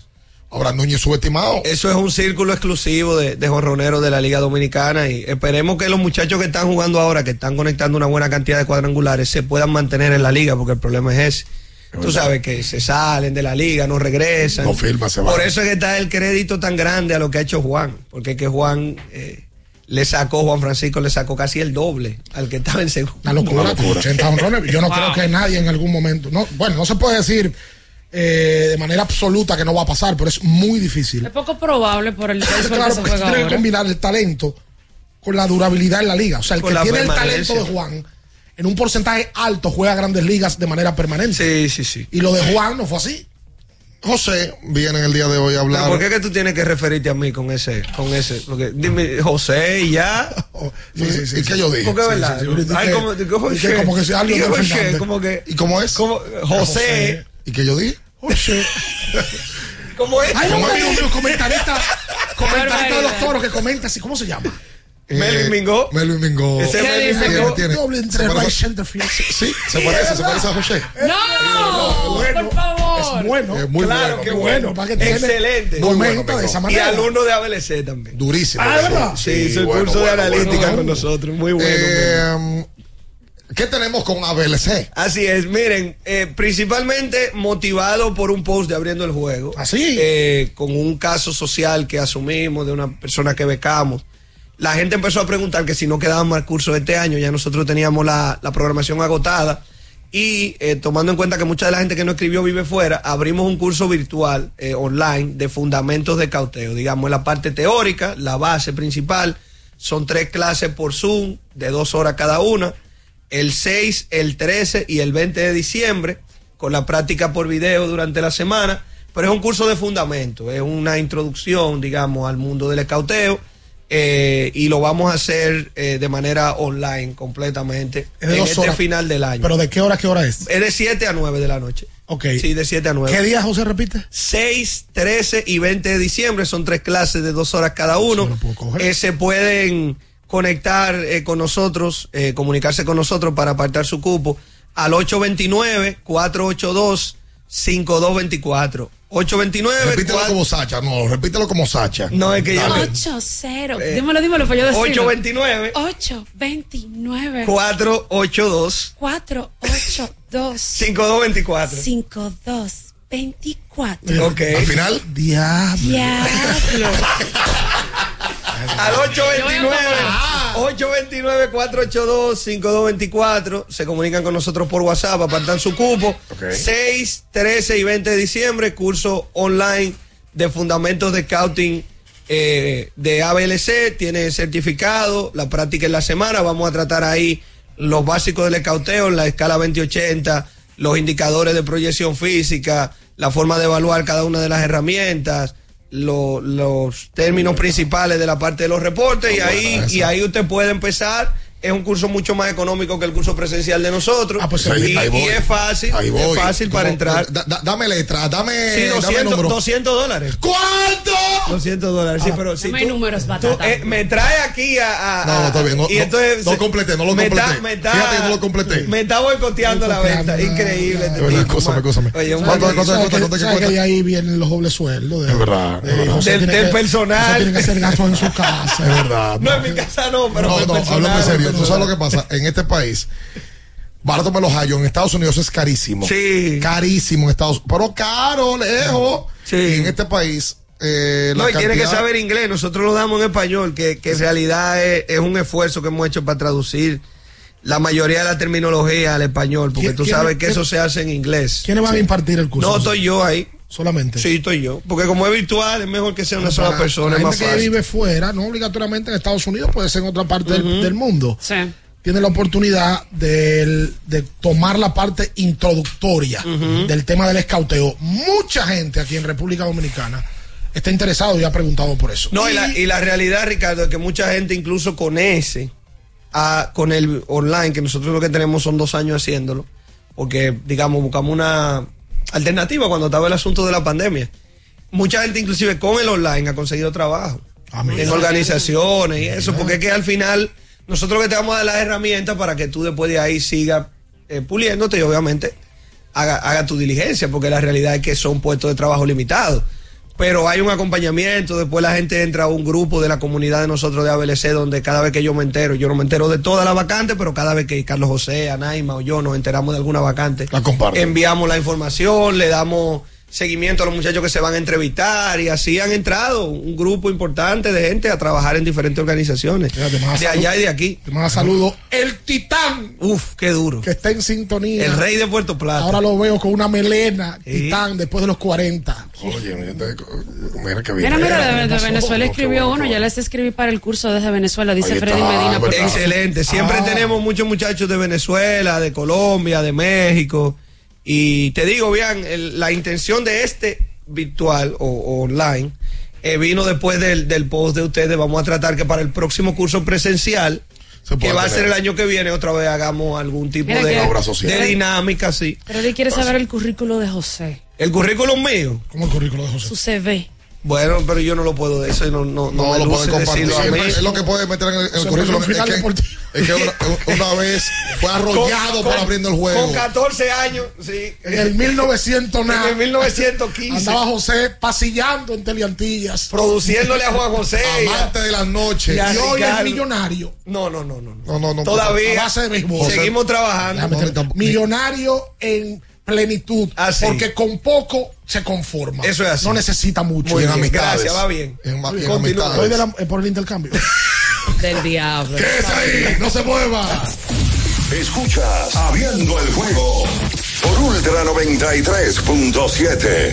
Speaker 2: Abraham Núñez subestimado.
Speaker 29: Eso es un círculo exclusivo de, de jonroneros de la Liga Dominicana y esperemos que los muchachos que están jugando ahora, que están conectando una buena cantidad de cuadrangulares, se puedan mantener en la liga porque el problema es ese. Tú sabes que se salen de la liga, no regresan.
Speaker 2: No firma, se va.
Speaker 29: Por eso es que está el crédito tan grande a lo que ha hecho Juan, porque es que Juan eh, le sacó, Juan Francisco le sacó casi el doble al que estaba en segundo.
Speaker 1: La locura, 80 honrones. Yo no creo que nadie en algún momento. No, bueno, no se puede decir eh, de manera absoluta que no va a pasar, pero es muy difícil.
Speaker 11: Es poco probable por el béisbol
Speaker 1: Claro,
Speaker 11: que se
Speaker 1: porque
Speaker 11: juega
Speaker 1: tiene que
Speaker 11: ahora.
Speaker 1: combinar el talento con la durabilidad en la liga. O sea, el
Speaker 29: Con
Speaker 1: que
Speaker 29: la
Speaker 1: tiene el
Speaker 29: permanencia.
Speaker 1: talento de Juan, en un porcentaje alto, juega grandes ligas de manera permanente.
Speaker 29: Sí, sí, sí.
Speaker 1: Y lo de Juan no fue así.
Speaker 2: José viene en el día de hoy a hablar.
Speaker 29: Pero ¿Por qué que tú tienes que referirte a mí con ese, con ese? Porque dime, José y ya.
Speaker 2: ¿Y qué yo dije?
Speaker 29: Porque es
Speaker 2: Sí,
Speaker 29: verdad.
Speaker 2: sí, sí. Dije-
Speaker 29: Ay, como, digo,
Speaker 2: dije
Speaker 29: José,
Speaker 2: como que sea algo
Speaker 29: digo,
Speaker 2: de
Speaker 29: José,
Speaker 2: Fernández.
Speaker 29: como que-
Speaker 2: ¿Y cómo es?
Speaker 29: como- José.
Speaker 2: ¿Y qué yo dije?
Speaker 1: José.
Speaker 29: ¿Cómo es?
Speaker 1: Hay un
Speaker 29: ¿Cómo
Speaker 1: amigo
Speaker 29: es?
Speaker 1: mío, comentarista, comentarista de los
Speaker 29: Barbaridad.
Speaker 1: toros que comenta así. ¿Cómo se llama?
Speaker 29: Eh, Melvin Mingó.
Speaker 2: Melvin Mingó.
Speaker 29: Ese
Speaker 2: Tiene-
Speaker 29: Melvin Mingó.
Speaker 2: tiene-
Speaker 1: Doble
Speaker 2: se
Speaker 1: entre
Speaker 2: parece-
Speaker 1: right center field.
Speaker 2: Sí, se
Speaker 1: Sí,
Speaker 2: parece,
Speaker 1: es
Speaker 2: se
Speaker 1: verdad.
Speaker 2: parece a José.
Speaker 11: ¡No!
Speaker 1: Bueno,
Speaker 11: ¡Por favor!
Speaker 1: Es bueno.
Speaker 2: Es Eh, muy
Speaker 29: claro,
Speaker 2: bueno,
Speaker 29: qué
Speaker 2: muy
Speaker 29: bueno.
Speaker 2: bueno.
Speaker 1: Para que
Speaker 29: Excelente.
Speaker 2: Muy bueno,
Speaker 29: Comenta
Speaker 2: Mingó.
Speaker 29: de esa manera. Y alumno de ABLC también.
Speaker 2: Durísimo.
Speaker 29: Ah,
Speaker 2: José.
Speaker 29: ¿verdad? Sí, hizo el curso de analítica con nosotros. Muy bueno,
Speaker 2: Eh, ¿Qué tenemos con ABLC?
Speaker 29: Así es, miren, eh, principalmente motivado por un post de Abriendo el Juego.
Speaker 2: ¿Ah,
Speaker 29: Así. con un caso social que asumimos de una persona que becamos. La gente empezó a preguntar que si no quedaban más cursos este año, ya nosotros teníamos la, la programación agotada. Y eh, tomando en cuenta que mucha de la gente que no escribió vive fuera, abrimos un curso virtual eh, online de fundamentos de cauteo. Digamos, la parte teórica, la base principal, Son tres clases por Zoom de dos horas cada una. El 6, el 13 y el 20 de diciembre con la práctica por video durante la semana. Pero es un curso de fundamento, es una introducción, digamos, al mundo del escauteo. eh, y lo vamos a hacer eh, de manera online completamente
Speaker 1: Es de
Speaker 29: en
Speaker 1: dos
Speaker 29: este
Speaker 1: horas.
Speaker 29: final del año.
Speaker 1: ¿Pero de qué hora a qué hora es?
Speaker 29: Es de 7 a 9 de la noche.
Speaker 1: Ok.
Speaker 29: Sí, de 7 a 9.
Speaker 1: ¿Qué día, José, repite?
Speaker 29: 6, 13 y 20 de diciembre. Son tres clases de dos horas cada uno. Eh, se pueden conectar eh, con nosotros, eh, comunicarse con nosotros para apartar su cupo al 829-482-5224. 829
Speaker 2: Repítelo como Sacha, no, repítelo como Sacha.
Speaker 29: No, es que ya- Eh,
Speaker 2: Dale.
Speaker 11: 8-0. dímelo, dímelo para yo decirlo.
Speaker 29: 829.
Speaker 11: 829.
Speaker 29: 482
Speaker 11: 482.
Speaker 29: 5224.
Speaker 11: 5224.
Speaker 29: Ok. Al final,
Speaker 1: Diablo.
Speaker 11: Diablo.
Speaker 29: Al 829 829-482-5224. Se comunican con nosotros por WhatsApp, apartan su cupo. 6, 13 y 20 de diciembre, curso online de fundamentos de scouting eh, de ABLC. Tiene certificado, la práctica en la semana. Vamos a tratar ahí los básicos del escauteo, la escala 2080, los indicadores de proyección física, la forma de evaluar cada una de las herramientas lo- los términos principales de la parte de los reportes y ahí y ahí usted puede empezar es un curso mucho más económico que el curso presencial de nosotros
Speaker 2: Pues
Speaker 29: y,
Speaker 2: ahí- ahí
Speaker 29: y
Speaker 2: voy.
Speaker 29: es fácil
Speaker 2: Ahí voy.
Speaker 29: es fácil para
Speaker 2: Como-
Speaker 29: entrar
Speaker 2: da- da- dame letra, dame.
Speaker 29: Sí,
Speaker 2: dame
Speaker 29: 200,
Speaker 2: número.
Speaker 29: 200 dólares.
Speaker 2: ¿Cuánto? Ah,
Speaker 29: 200 dólares, sí, pero sí.
Speaker 11: No hay números, batata.
Speaker 29: eh, me trae aquí a. a-
Speaker 2: No, no, está bien, no-
Speaker 29: y
Speaker 2: no-
Speaker 29: entonces,
Speaker 2: no completé, no lo
Speaker 29: me está-
Speaker 2: completé.
Speaker 29: me está-
Speaker 2: Fíjate que no lo completé. eh.
Speaker 29: Me está boicoteando la venta. Increíble. este tipo,
Speaker 2: Escúchame,
Speaker 29: man.
Speaker 2: escúchame.
Speaker 29: Oye, un
Speaker 2: ¿Cuánto,
Speaker 29: man-
Speaker 2: cuánto,
Speaker 29: ¿sabes
Speaker 2: cuánto,
Speaker 29: qué?
Speaker 2: cuánto,
Speaker 29: ¿sabes
Speaker 1: ¿Sabes
Speaker 2: cuánto?
Speaker 1: que de ahí vienen los dobles sueldos? De,
Speaker 2: Es verdad, es verdad.
Speaker 1: José
Speaker 2: Del-
Speaker 1: tiene
Speaker 2: del
Speaker 1: que-
Speaker 2: personal.
Speaker 1: José tiene que hacer gastos en su casa.
Speaker 2: Es verdad.
Speaker 29: No, en mi casa no, pero.
Speaker 2: No,
Speaker 29: me
Speaker 2: no,
Speaker 29: personaron,
Speaker 2: hablando en serio.
Speaker 29: pero-
Speaker 2: Tú sabes lo que pasa. En este país, barato me los hallo. En Estados Unidos es carísimo.
Speaker 29: Sí.
Speaker 2: Carísimo en Estados Pero caro, lejos. Y en este país, eh, la
Speaker 29: No, y tiene que
Speaker 2: cantidad-
Speaker 29: saber inglés. Nosotros lo damos en español, que, que en realidad es, es un esfuerzo que hemos hecho para traducir la mayoría de la terminología al español, porque
Speaker 1: ¿Quién-
Speaker 29: tú
Speaker 1: quién-
Speaker 29: sabes que
Speaker 1: quién-
Speaker 29: eso se hace en inglés.
Speaker 1: ¿Quiénes van a
Speaker 29: Sí.
Speaker 1: impartir el curso?
Speaker 29: No, estoy yo ahí.
Speaker 1: Solamente. Ah,
Speaker 29: Sí, estoy yo. Porque como es virtual, es mejor que sea una sola
Speaker 1: Para
Speaker 29: persona,
Speaker 1: la
Speaker 29: es
Speaker 1: gente
Speaker 29: más
Speaker 1: que
Speaker 29: fácil.
Speaker 1: vive fuera, no obligatoriamente en Estados Unidos, puede ser en otra parte del-
Speaker 29: Ujú.
Speaker 1: del, mundo. Tiene la oportunidad del- de tomar la parte introductoria del tema del escauteo. Mucha gente aquí en República Dominicana está interesado y ha preguntado por eso.
Speaker 29: No, y la, y la realidad, Ricardo, es que mucha gente incluso con ese, a- con el online, que nosotros lo que tenemos son dos años haciéndolo, porque, digamos, buscamos una alternativa cuando estaba el asunto de la pandemia. Mucha gente inclusive con el online ha conseguido trabajo en organizaciones y eso, porque es que al final nosotros lo que te vamos a dar las herramientas para que tú después de ahí sigas eh, puliéndote y obviamente haga, haga tu diligencia, porque la realidad es que son puestos de trabajo limitados. Pero hay un acompañamiento, después la gente entra a un grupo de la comunidad de nosotros de ABLC, donde cada vez que yo me entero, yo no me entero de todas las vacantes, pero cada vez que Carlos José, Anaima o yo nos enteramos de alguna vacante, enviamos la información, le damos seguimiento a los muchachos que se van a entrevistar y así han entrado un grupo importante de gente a trabajar en diferentes organizaciones, de allá y de aquí.
Speaker 1: Te manda saludo. El titán.
Speaker 29: Uf, qué duro.
Speaker 1: Que está en sintonía.
Speaker 29: El rey de Puerto Plata.
Speaker 1: Ahora lo veo con una melena, titán, después de los 40.
Speaker 2: Oye, mira, te- mira que bien.
Speaker 11: Mira, mira, de, de
Speaker 2: Pasó. No,
Speaker 11: Venezuela
Speaker 2: qué
Speaker 11: escribió
Speaker 2: bueno,
Speaker 11: uno,
Speaker 2: qué
Speaker 11: ya les escribí para el curso desde Venezuela, dice
Speaker 29: Ahí
Speaker 11: Freddy
Speaker 29: está,
Speaker 2: Ah,
Speaker 11: Medina. por
Speaker 29: ¿verdad?
Speaker 11: favor.
Speaker 29: Excelente. Siempre tenemos muchos muchachos de Venezuela, de Colombia, de México. Y te digo, vean, el- la intención de este virtual o, o online eh, vino después del, del post de ustedes. Vamos a tratar que para el próximo curso presencial, que
Speaker 2: pueda
Speaker 29: va a
Speaker 2: tener.
Speaker 29: ser el año que viene, otra vez hagamos algún tipo
Speaker 11: Mira
Speaker 29: de,
Speaker 11: que- Obra
Speaker 2: social.
Speaker 29: de dinámica, sí.
Speaker 11: Freddy quiere saber el currículo de José,
Speaker 29: El currículum mío.
Speaker 1: ¿Cómo el currículum de José?
Speaker 11: su CV.
Speaker 29: Bueno, pero yo no lo puedo decir, no, no, no,
Speaker 2: No,
Speaker 29: me
Speaker 2: lo
Speaker 29: luce
Speaker 2: puede compartir.
Speaker 29: decirlo a mí.
Speaker 2: Es lo que puede meter en el, en el
Speaker 29: Eso
Speaker 2: currículum.
Speaker 29: fue un
Speaker 2: Es que, es que una, una vez fue arrollado
Speaker 29: Con-
Speaker 2: por
Speaker 29: con-
Speaker 2: abriendo el juego.
Speaker 29: Con 14 años, sí.
Speaker 1: En el 1900 nada.
Speaker 29: En el 1915.
Speaker 1: Andaba José pasillando en Teleantillas.
Speaker 29: Produciéndole a Juan José.
Speaker 1: Amante
Speaker 2: de las noches.
Speaker 1: Y,
Speaker 29: Y a
Speaker 1: hoy es
Speaker 29: Ricardo.
Speaker 1: millonario.
Speaker 29: No, no, no, no.
Speaker 2: No, no, no.
Speaker 29: Todavía
Speaker 1: A base de béisbol.
Speaker 29: seguimos trabajando.
Speaker 1: Déjame terminar. millonario en plenitud.
Speaker 2: Ah,
Speaker 1: Porque con poco se conforma.
Speaker 29: Eso es así.
Speaker 1: No necesita mucho.
Speaker 29: Muy bien, gracias, va bien.
Speaker 2: En ma-
Speaker 1: Muy bien.
Speaker 2: en
Speaker 1: Continúa.
Speaker 2: amistades.
Speaker 1: Voy de la- eh, por el intercambio.
Speaker 11: Del diablo.
Speaker 1: No se mueva.
Speaker 4: Escuchas Abriendo el juego por Ultra 93.7.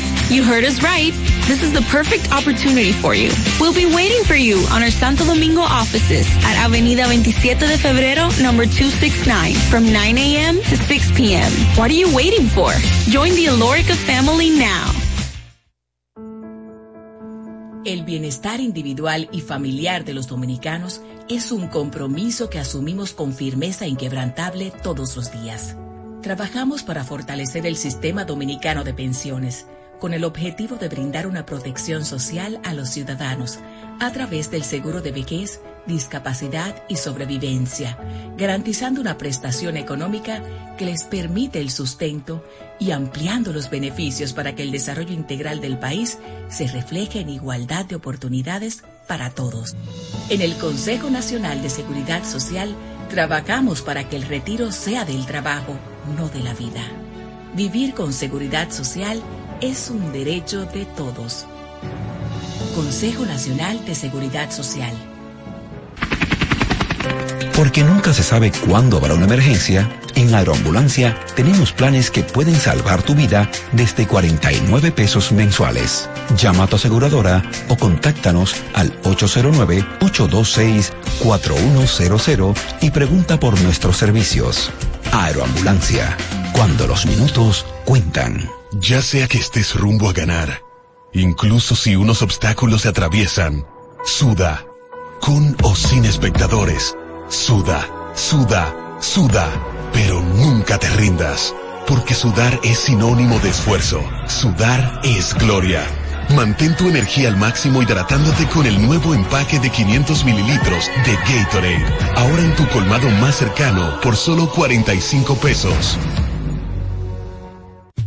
Speaker 5: You heard us right. This is the perfect opportunity for you. We'll be waiting for you on our Santo Domingo offices at Avenida 27 de Febrero, number 269, from 9 a.m. to 6 p.m. What are you waiting for? Join the Alorica family now.
Speaker 23: El bienestar individual y familiar de los dominicanos es un compromiso que asumimos con firmeza inquebrantable todos los días. Trabajamos para fortalecer el sistema dominicano de pensiones con el objetivo de brindar una protección social a los ciudadanos a través del seguro de vejez, discapacidad y sobrevivencia, garantizando una prestación económica que les permite el sustento y ampliando los beneficios para que el desarrollo integral del país se refleje en igualdad de oportunidades para todos. En el Consejo Nacional de Seguridad Social trabajamos para que el retiro sea del trabajo, no de la vida. Vivir con seguridad social es un derecho de todos. Consejo Nacional de Seguridad Social.
Speaker 30: Porque nunca se sabe cuándo habrá una emergencia, en Aeroambulancia tenemos planes que pueden salvar tu vida desde 49 pesos mensuales. Llama a tu aseguradora o contáctanos al 809-826-4100 y pregunta por nuestros servicios. Aeroambulancia, cuando los minutos cuentan.
Speaker 31: Ya sea que estés rumbo a ganar, incluso si unos obstáculos se atraviesan, suda. Con o sin espectadores, suda, suda, suda. Pero nunca te rindas, porque sudar es sinónimo de esfuerzo. Sudar es gloria. Mantén tu energía al máximo hidratándote con el nuevo empaque de 500 mililitros de Gatorade. Ahora en tu colmado más cercano por solo 45 pesos.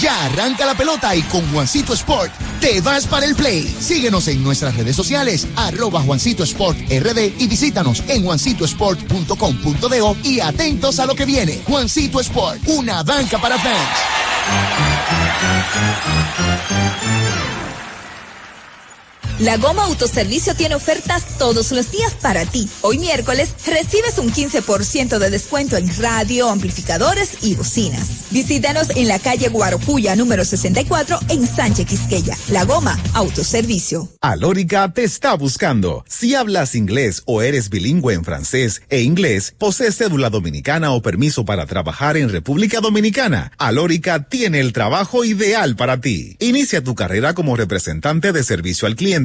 Speaker 32: Ya arranca la pelota y con Juancito Sport te vas para el play. Síguenos en nuestras redes sociales, arroba Juancito Sport RD y visítanos en juancitosport.com.do y atentos a lo que viene. Juancito Sport, una banca para fans.
Speaker 28: La Goma Autoservicio tiene ofertas todos los días para ti. Hoy miércoles recibes un 15% de descuento en radio, amplificadores y bocinas. Visítanos en la calle Guaropuya número 64 en Sánchez Quisqueya. La Goma Autoservicio.
Speaker 18: Alórica te está buscando. Si hablas inglés o eres bilingüe en francés e inglés, posees cédula dominicana o permiso para trabajar en República Dominicana, Alórica tiene el trabajo ideal para ti. Inicia tu carrera como representante de servicio al cliente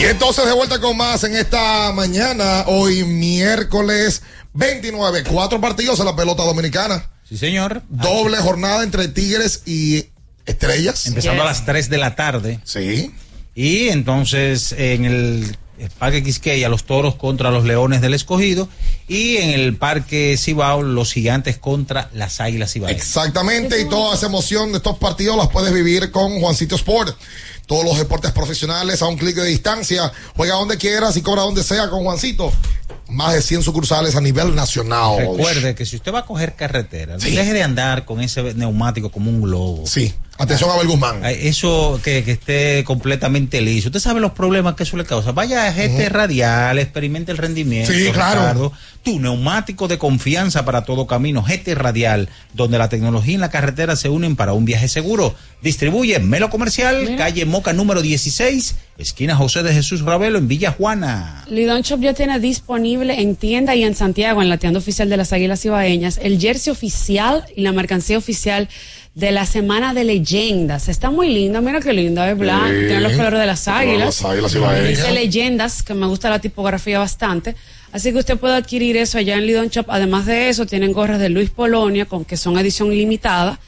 Speaker 2: Y entonces de vuelta con más en esta mañana, hoy miércoles 29, cuatro partidos en la pelota dominicana.
Speaker 3: Sí, señor.
Speaker 2: Doble jornada entre Tigres y Estrellas.
Speaker 3: Empezando a las 3 de la tarde.
Speaker 2: Sí.
Speaker 3: Y entonces en el Parque Quisqueya, los toros contra los leones del escogido. Y en el Parque Cibao, los gigantes contra las águilas cibaeñas.
Speaker 2: Exactamente, y toda esa emoción de estos partidos las puedes vivir con Juancito Sport. Todos los deportes profesionales a un clic de distancia. Juega donde quieras y cobra donde sea con Juancito. Más de 100 sucursales a nivel nacional.
Speaker 3: Recuerde que si usted va a coger carretera, deje de andar con ese neumático como un globo.
Speaker 2: Sí. Atención a Abel Guzmán.
Speaker 3: Eso que, que esté completamente liso. Usted sabe los problemas que eso le causa. Vaya a gente
Speaker 2: Ujú.
Speaker 3: radial, experimente el rendimiento.
Speaker 2: Sí, claro.
Speaker 3: Tu neumático de confianza para todo camino, GT Radial, donde la tecnología y la carretera se unen para un viaje seguro. Distribuye Melo Comercial, calle Moca número 16, esquina José de Jesús Ravelo, en Villa Juana.
Speaker 11: Lidon Shop ya tiene disponible en tienda y en Santiago, en la tienda oficial de las Águilas Ibaeñas, el jersey oficial y la mercancía oficial de la Semana de Leyendas. Está muy linda, mira qué linda, es blanca,
Speaker 2: Sí.
Speaker 11: tiene los colores de las
Speaker 2: Los colores de las
Speaker 11: Águilas.
Speaker 2: águilas ibaeñas.
Speaker 11: Dice Leyendas, que me gusta la tipografía bastante. Así que usted puede adquirir eso allá en Lidon Shop. Además de eso, tienen gorras de Luis Polonia, con que son edición limitada.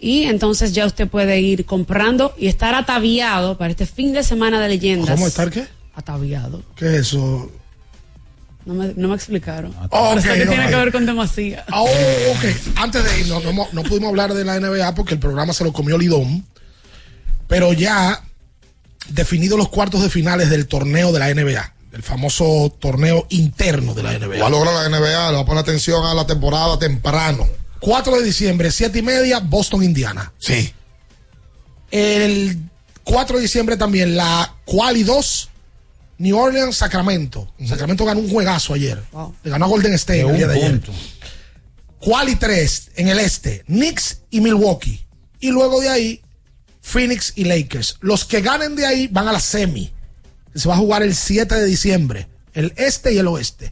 Speaker 11: Y entonces ya usted puede ir comprando y estar ataviado para este fin de semana de leyendas.
Speaker 1: ¿Cómo estar qué?
Speaker 11: Ataviado.
Speaker 1: ¿Qué es eso?
Speaker 11: No me, no me explicaron.
Speaker 1: Ah,
Speaker 11: Pero eso
Speaker 1: ok,
Speaker 11: que tiene
Speaker 1: ok.
Speaker 11: que ver con demasía.
Speaker 1: Ah, Oh, ok. Antes de irnos, no, hemos- no pudimos hablar de la NBA porque el programa se lo comió Lidón. Pero ya definidos los cuartos de finales del torneo de la NBA, el famoso torneo interno de la NBA.
Speaker 2: Va a lograr la NBA, le va a poner atención a la temporada temprano.
Speaker 1: 4 de diciembre, 7 y media, Boston, Indiana.
Speaker 2: Sí.
Speaker 1: El 4 de diciembre también, la Quali 2, New Orleans, Sacramento. Sacramento ganó un juegazo ayer. Le ganó a Golden State.
Speaker 3: De
Speaker 1: el
Speaker 3: un
Speaker 1: día de ayer.
Speaker 3: punto.
Speaker 1: Quali 3 en el este, Knicks y Milwaukee. Y luego de ahí, Phoenix y Lakers. Los que ganen de ahí van a la semi. Se va a jugar el 7 de diciembre, el este y el oeste.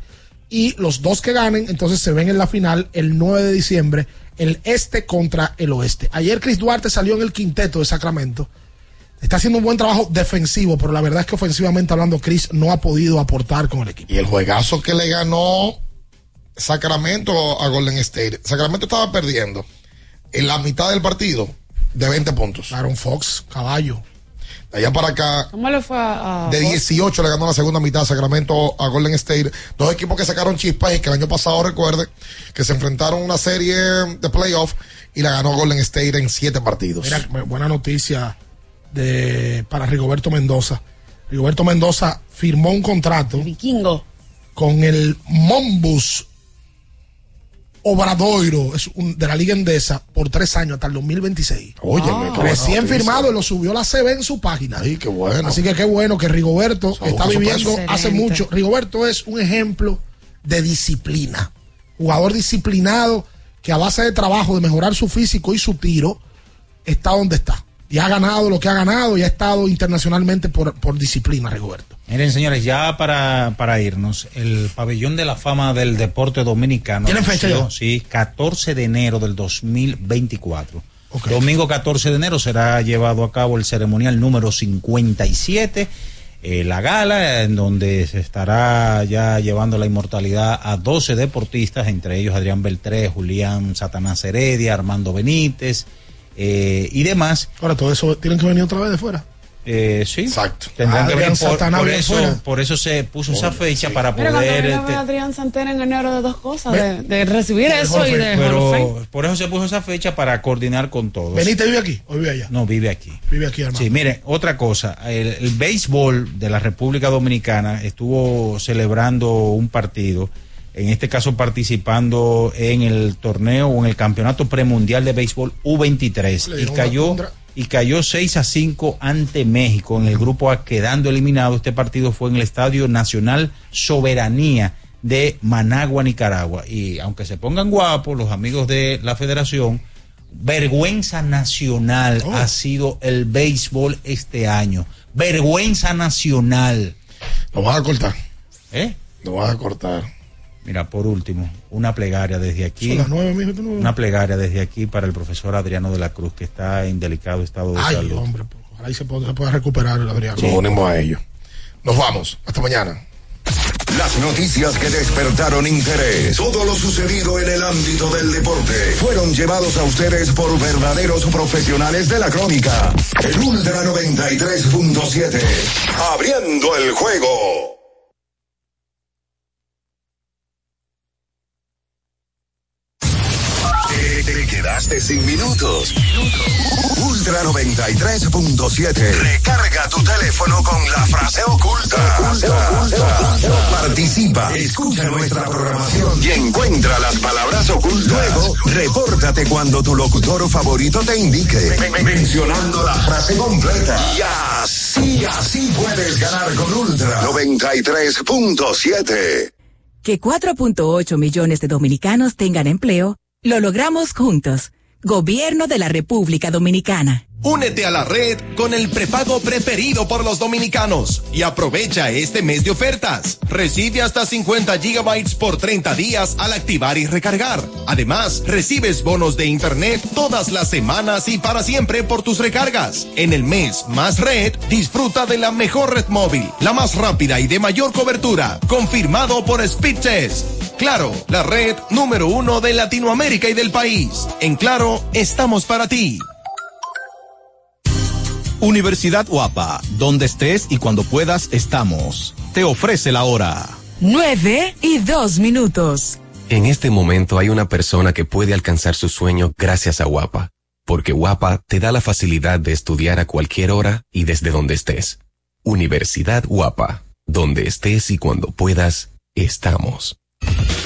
Speaker 1: Y los dos que ganen, entonces se ven en la final el 9 de diciembre, el este contra el oeste. Ayer Chris Duarte salió en el quinteto de Sacramento. Está haciendo un buen trabajo defensivo, pero la verdad es que ofensivamente hablando, Chris no ha podido aportar con el equipo.
Speaker 2: Y el juegazo que le ganó Sacramento a Golden State. Sacramento estaba perdiendo en la mitad del partido de 20 puntos.
Speaker 1: Aaron Fox, caballo.
Speaker 2: De allá para acá,
Speaker 11: ¿Cómo le fue a, a
Speaker 2: de
Speaker 11: Boston?
Speaker 2: 18 le ganó la segunda mitad a Sacramento a Golden State. Dos equipos que sacaron chispas y que el año pasado, recuerde, que se enfrentaron una serie de playoff y la ganó Golden State en siete partidos.
Speaker 1: Mira, bu- buena noticia de, para Rigoberto Mendoza. Rigoberto Mendoza firmó un contrato con el Mombus Obradoiro es un- de la Liga Endesa por tres años hasta el 2026.
Speaker 2: Óyeme, qué buena
Speaker 1: recién
Speaker 2: noticia.
Speaker 1: firmado y lo subió la CB en su página.
Speaker 2: Ay, qué bueno.
Speaker 1: Así que qué bueno que Rigoberto está
Speaker 2: busca su
Speaker 1: viviendo
Speaker 2: peso.
Speaker 1: hace
Speaker 2: Excelente.
Speaker 1: mucho. Rigoberto es un ejemplo de disciplina. Jugador disciplinado que a base de trabajo, de mejorar su físico y su tiro, está donde está. Y ha ganado lo que ha ganado y ha estado internacionalmente por, por disciplina, Rigoberto.
Speaker 3: Miren, señores, ya para, para irnos, el pabellón de la fama del deporte dominicano.
Speaker 1: ¿Tienen fecha
Speaker 3: anunció,
Speaker 1: ya?
Speaker 3: Sí, 14 de enero del 2024. Domingo 14 de enero será llevado a cabo el ceremonial número 57, eh, la gala, en donde se estará ya llevando la inmortalidad a 12 deportistas, entre ellos Adrián Beltré, Julián Satanás Heredia, Armando Benítez eh, y demás.
Speaker 1: Ahora, todo eso tienen que venir otra vez de fuera.
Speaker 3: Eh, sí. Exacto. Tendrán que
Speaker 1: Adrián
Speaker 3: venir por,
Speaker 1: Ah, Satanás
Speaker 3: por
Speaker 1: bien fuera.
Speaker 3: eso, por eso se puso esa fecha para
Speaker 11: Mira, cuando
Speaker 3: poder.
Speaker 11: vino a
Speaker 3: este,
Speaker 11: ver a Adrián Santana en enero de dos cosas,
Speaker 3: Ve-
Speaker 11: de, de recibir eso y de Hall of Fame.
Speaker 3: Pero por eso se puso esa fecha para coordinar con todos.
Speaker 1: ¿Benítez vive aquí o vive allá?
Speaker 3: No, vive aquí.
Speaker 1: Vive aquí, hermano.
Speaker 3: Sí, mire, otra cosa, el, el béisbol de la República Dominicana estuvo celebrando un partido, en este caso participando en el torneo o en el campeonato premundial de béisbol
Speaker 1: Le
Speaker 3: U23 y
Speaker 1: dieron una
Speaker 3: cayó
Speaker 1: tundra.
Speaker 3: y cayó 6 a 5 ante México en el grupo A quedando eliminado. Este partido fue en el Estadio Nacional Soberanía de Managua, Nicaragua. Y aunque se pongan guapos los amigos de la federación, vergüenza nacional
Speaker 1: Oh.
Speaker 3: ha sido el béisbol este año. Vergüenza nacional.
Speaker 2: Lo vas a cortar.
Speaker 3: ¿Eh?
Speaker 2: Lo vas a cortar.
Speaker 3: Mira, por último, una plegaria desde aquí.
Speaker 1: Son las nueve, mijo, tú no-
Speaker 3: Una plegaria desde aquí para el profesor Adriano de la Cruz, que está en delicado estado de
Speaker 1: Ay,
Speaker 3: salud.
Speaker 1: hombre, ahí se puede, se puede recuperar el Adrián.
Speaker 2: Nos unimos a ellos.
Speaker 3: Nos vamos. Hasta mañana.
Speaker 4: Las noticias que despertaron interés, todo lo sucedido en el ámbito del deporte, fueron llevados a ustedes por verdaderos profesionales de la crónica. El Ultra 93.7, abriendo el juego. Te, te quedaste sin minutos. Ultra 93.7. Recarga tu teléfono con la frase oculta. Participa, escucha nuestra programación y encuentra las palabras ocultas. Luego, repórtate cuando tu locutor favorito te indique, men- mencionando la frase completa. Y así, así puedes ganar con Ultra 93.7.
Speaker 23: Que 4.8 millones de dominicanos tengan empleo, lo logramos juntos. Gobierno de la República Dominicana.
Speaker 18: Únete a la red con el prepago preferido por los dominicanos y aprovecha este mes de ofertas. Recibe hasta 50 gigabytes por 30 días al activar y recargar. Además, recibes bonos de internet todas las semanas y para siempre por tus recargas. En el mes más red, disfruta de la mejor red móvil, la más rápida y de mayor cobertura. Confirmado por Speedtest. Claro, la red número uno de Latinoamérica y del país. En Claro, estamos para ti.
Speaker 9: Universidad Guapa, donde estés y cuando puedas estamos. Te ofrece la hora.
Speaker 11: 9 y 2 minutos.
Speaker 27: En este momento hay una persona que puede alcanzar su sueño gracias a Guapa, porque Guapa te da la facilidad de estudiar a cualquier hora y desde donde estés. Universidad Guapa, donde estés y cuando puedas, estamos.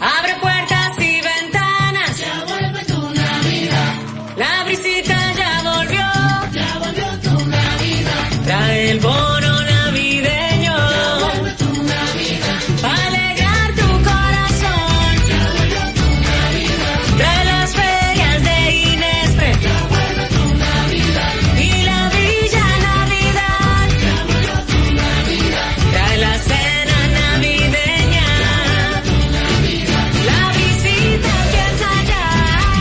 Speaker 10: Abre puertas y ventanas. Ya vuelve tu Navidad. La brisita ya volvió. Ya volvió tu Navidad. Trae el bono navideño. Ya vuelve tu Navidad. Para alegrar tu corazón. Ya volvió tu Navidad. Trae las ferias de Inespe. Ya vuelve tu Navidad. Y la Villa Navidad. Ya volvió tu Navidad. Trae la cena navideña. La visita empieza ya.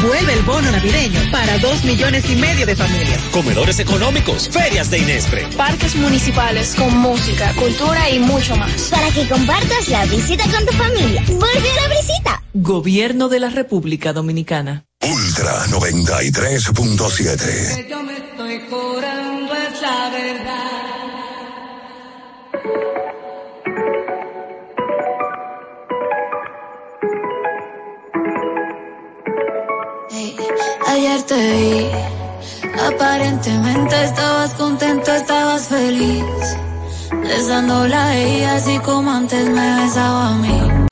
Speaker 6: Vuelve el bono navideño para dos millones y medio de familias.
Speaker 33: Comedores económicos, ferias de Inespre.
Speaker 34: Parques municipales con música, cultura y mucho más. Para que compartas la visita con tu familia. Vuelve a la visita.
Speaker 10: Gobierno de la República Dominicana.
Speaker 4: Ultra 93.7.
Speaker 35: yo me estoy curando es la verdad.
Speaker 34: Ayer te vi, aparentemente estabas contento, estabas feliz. Besándola a ella así como antes me besaba a mí.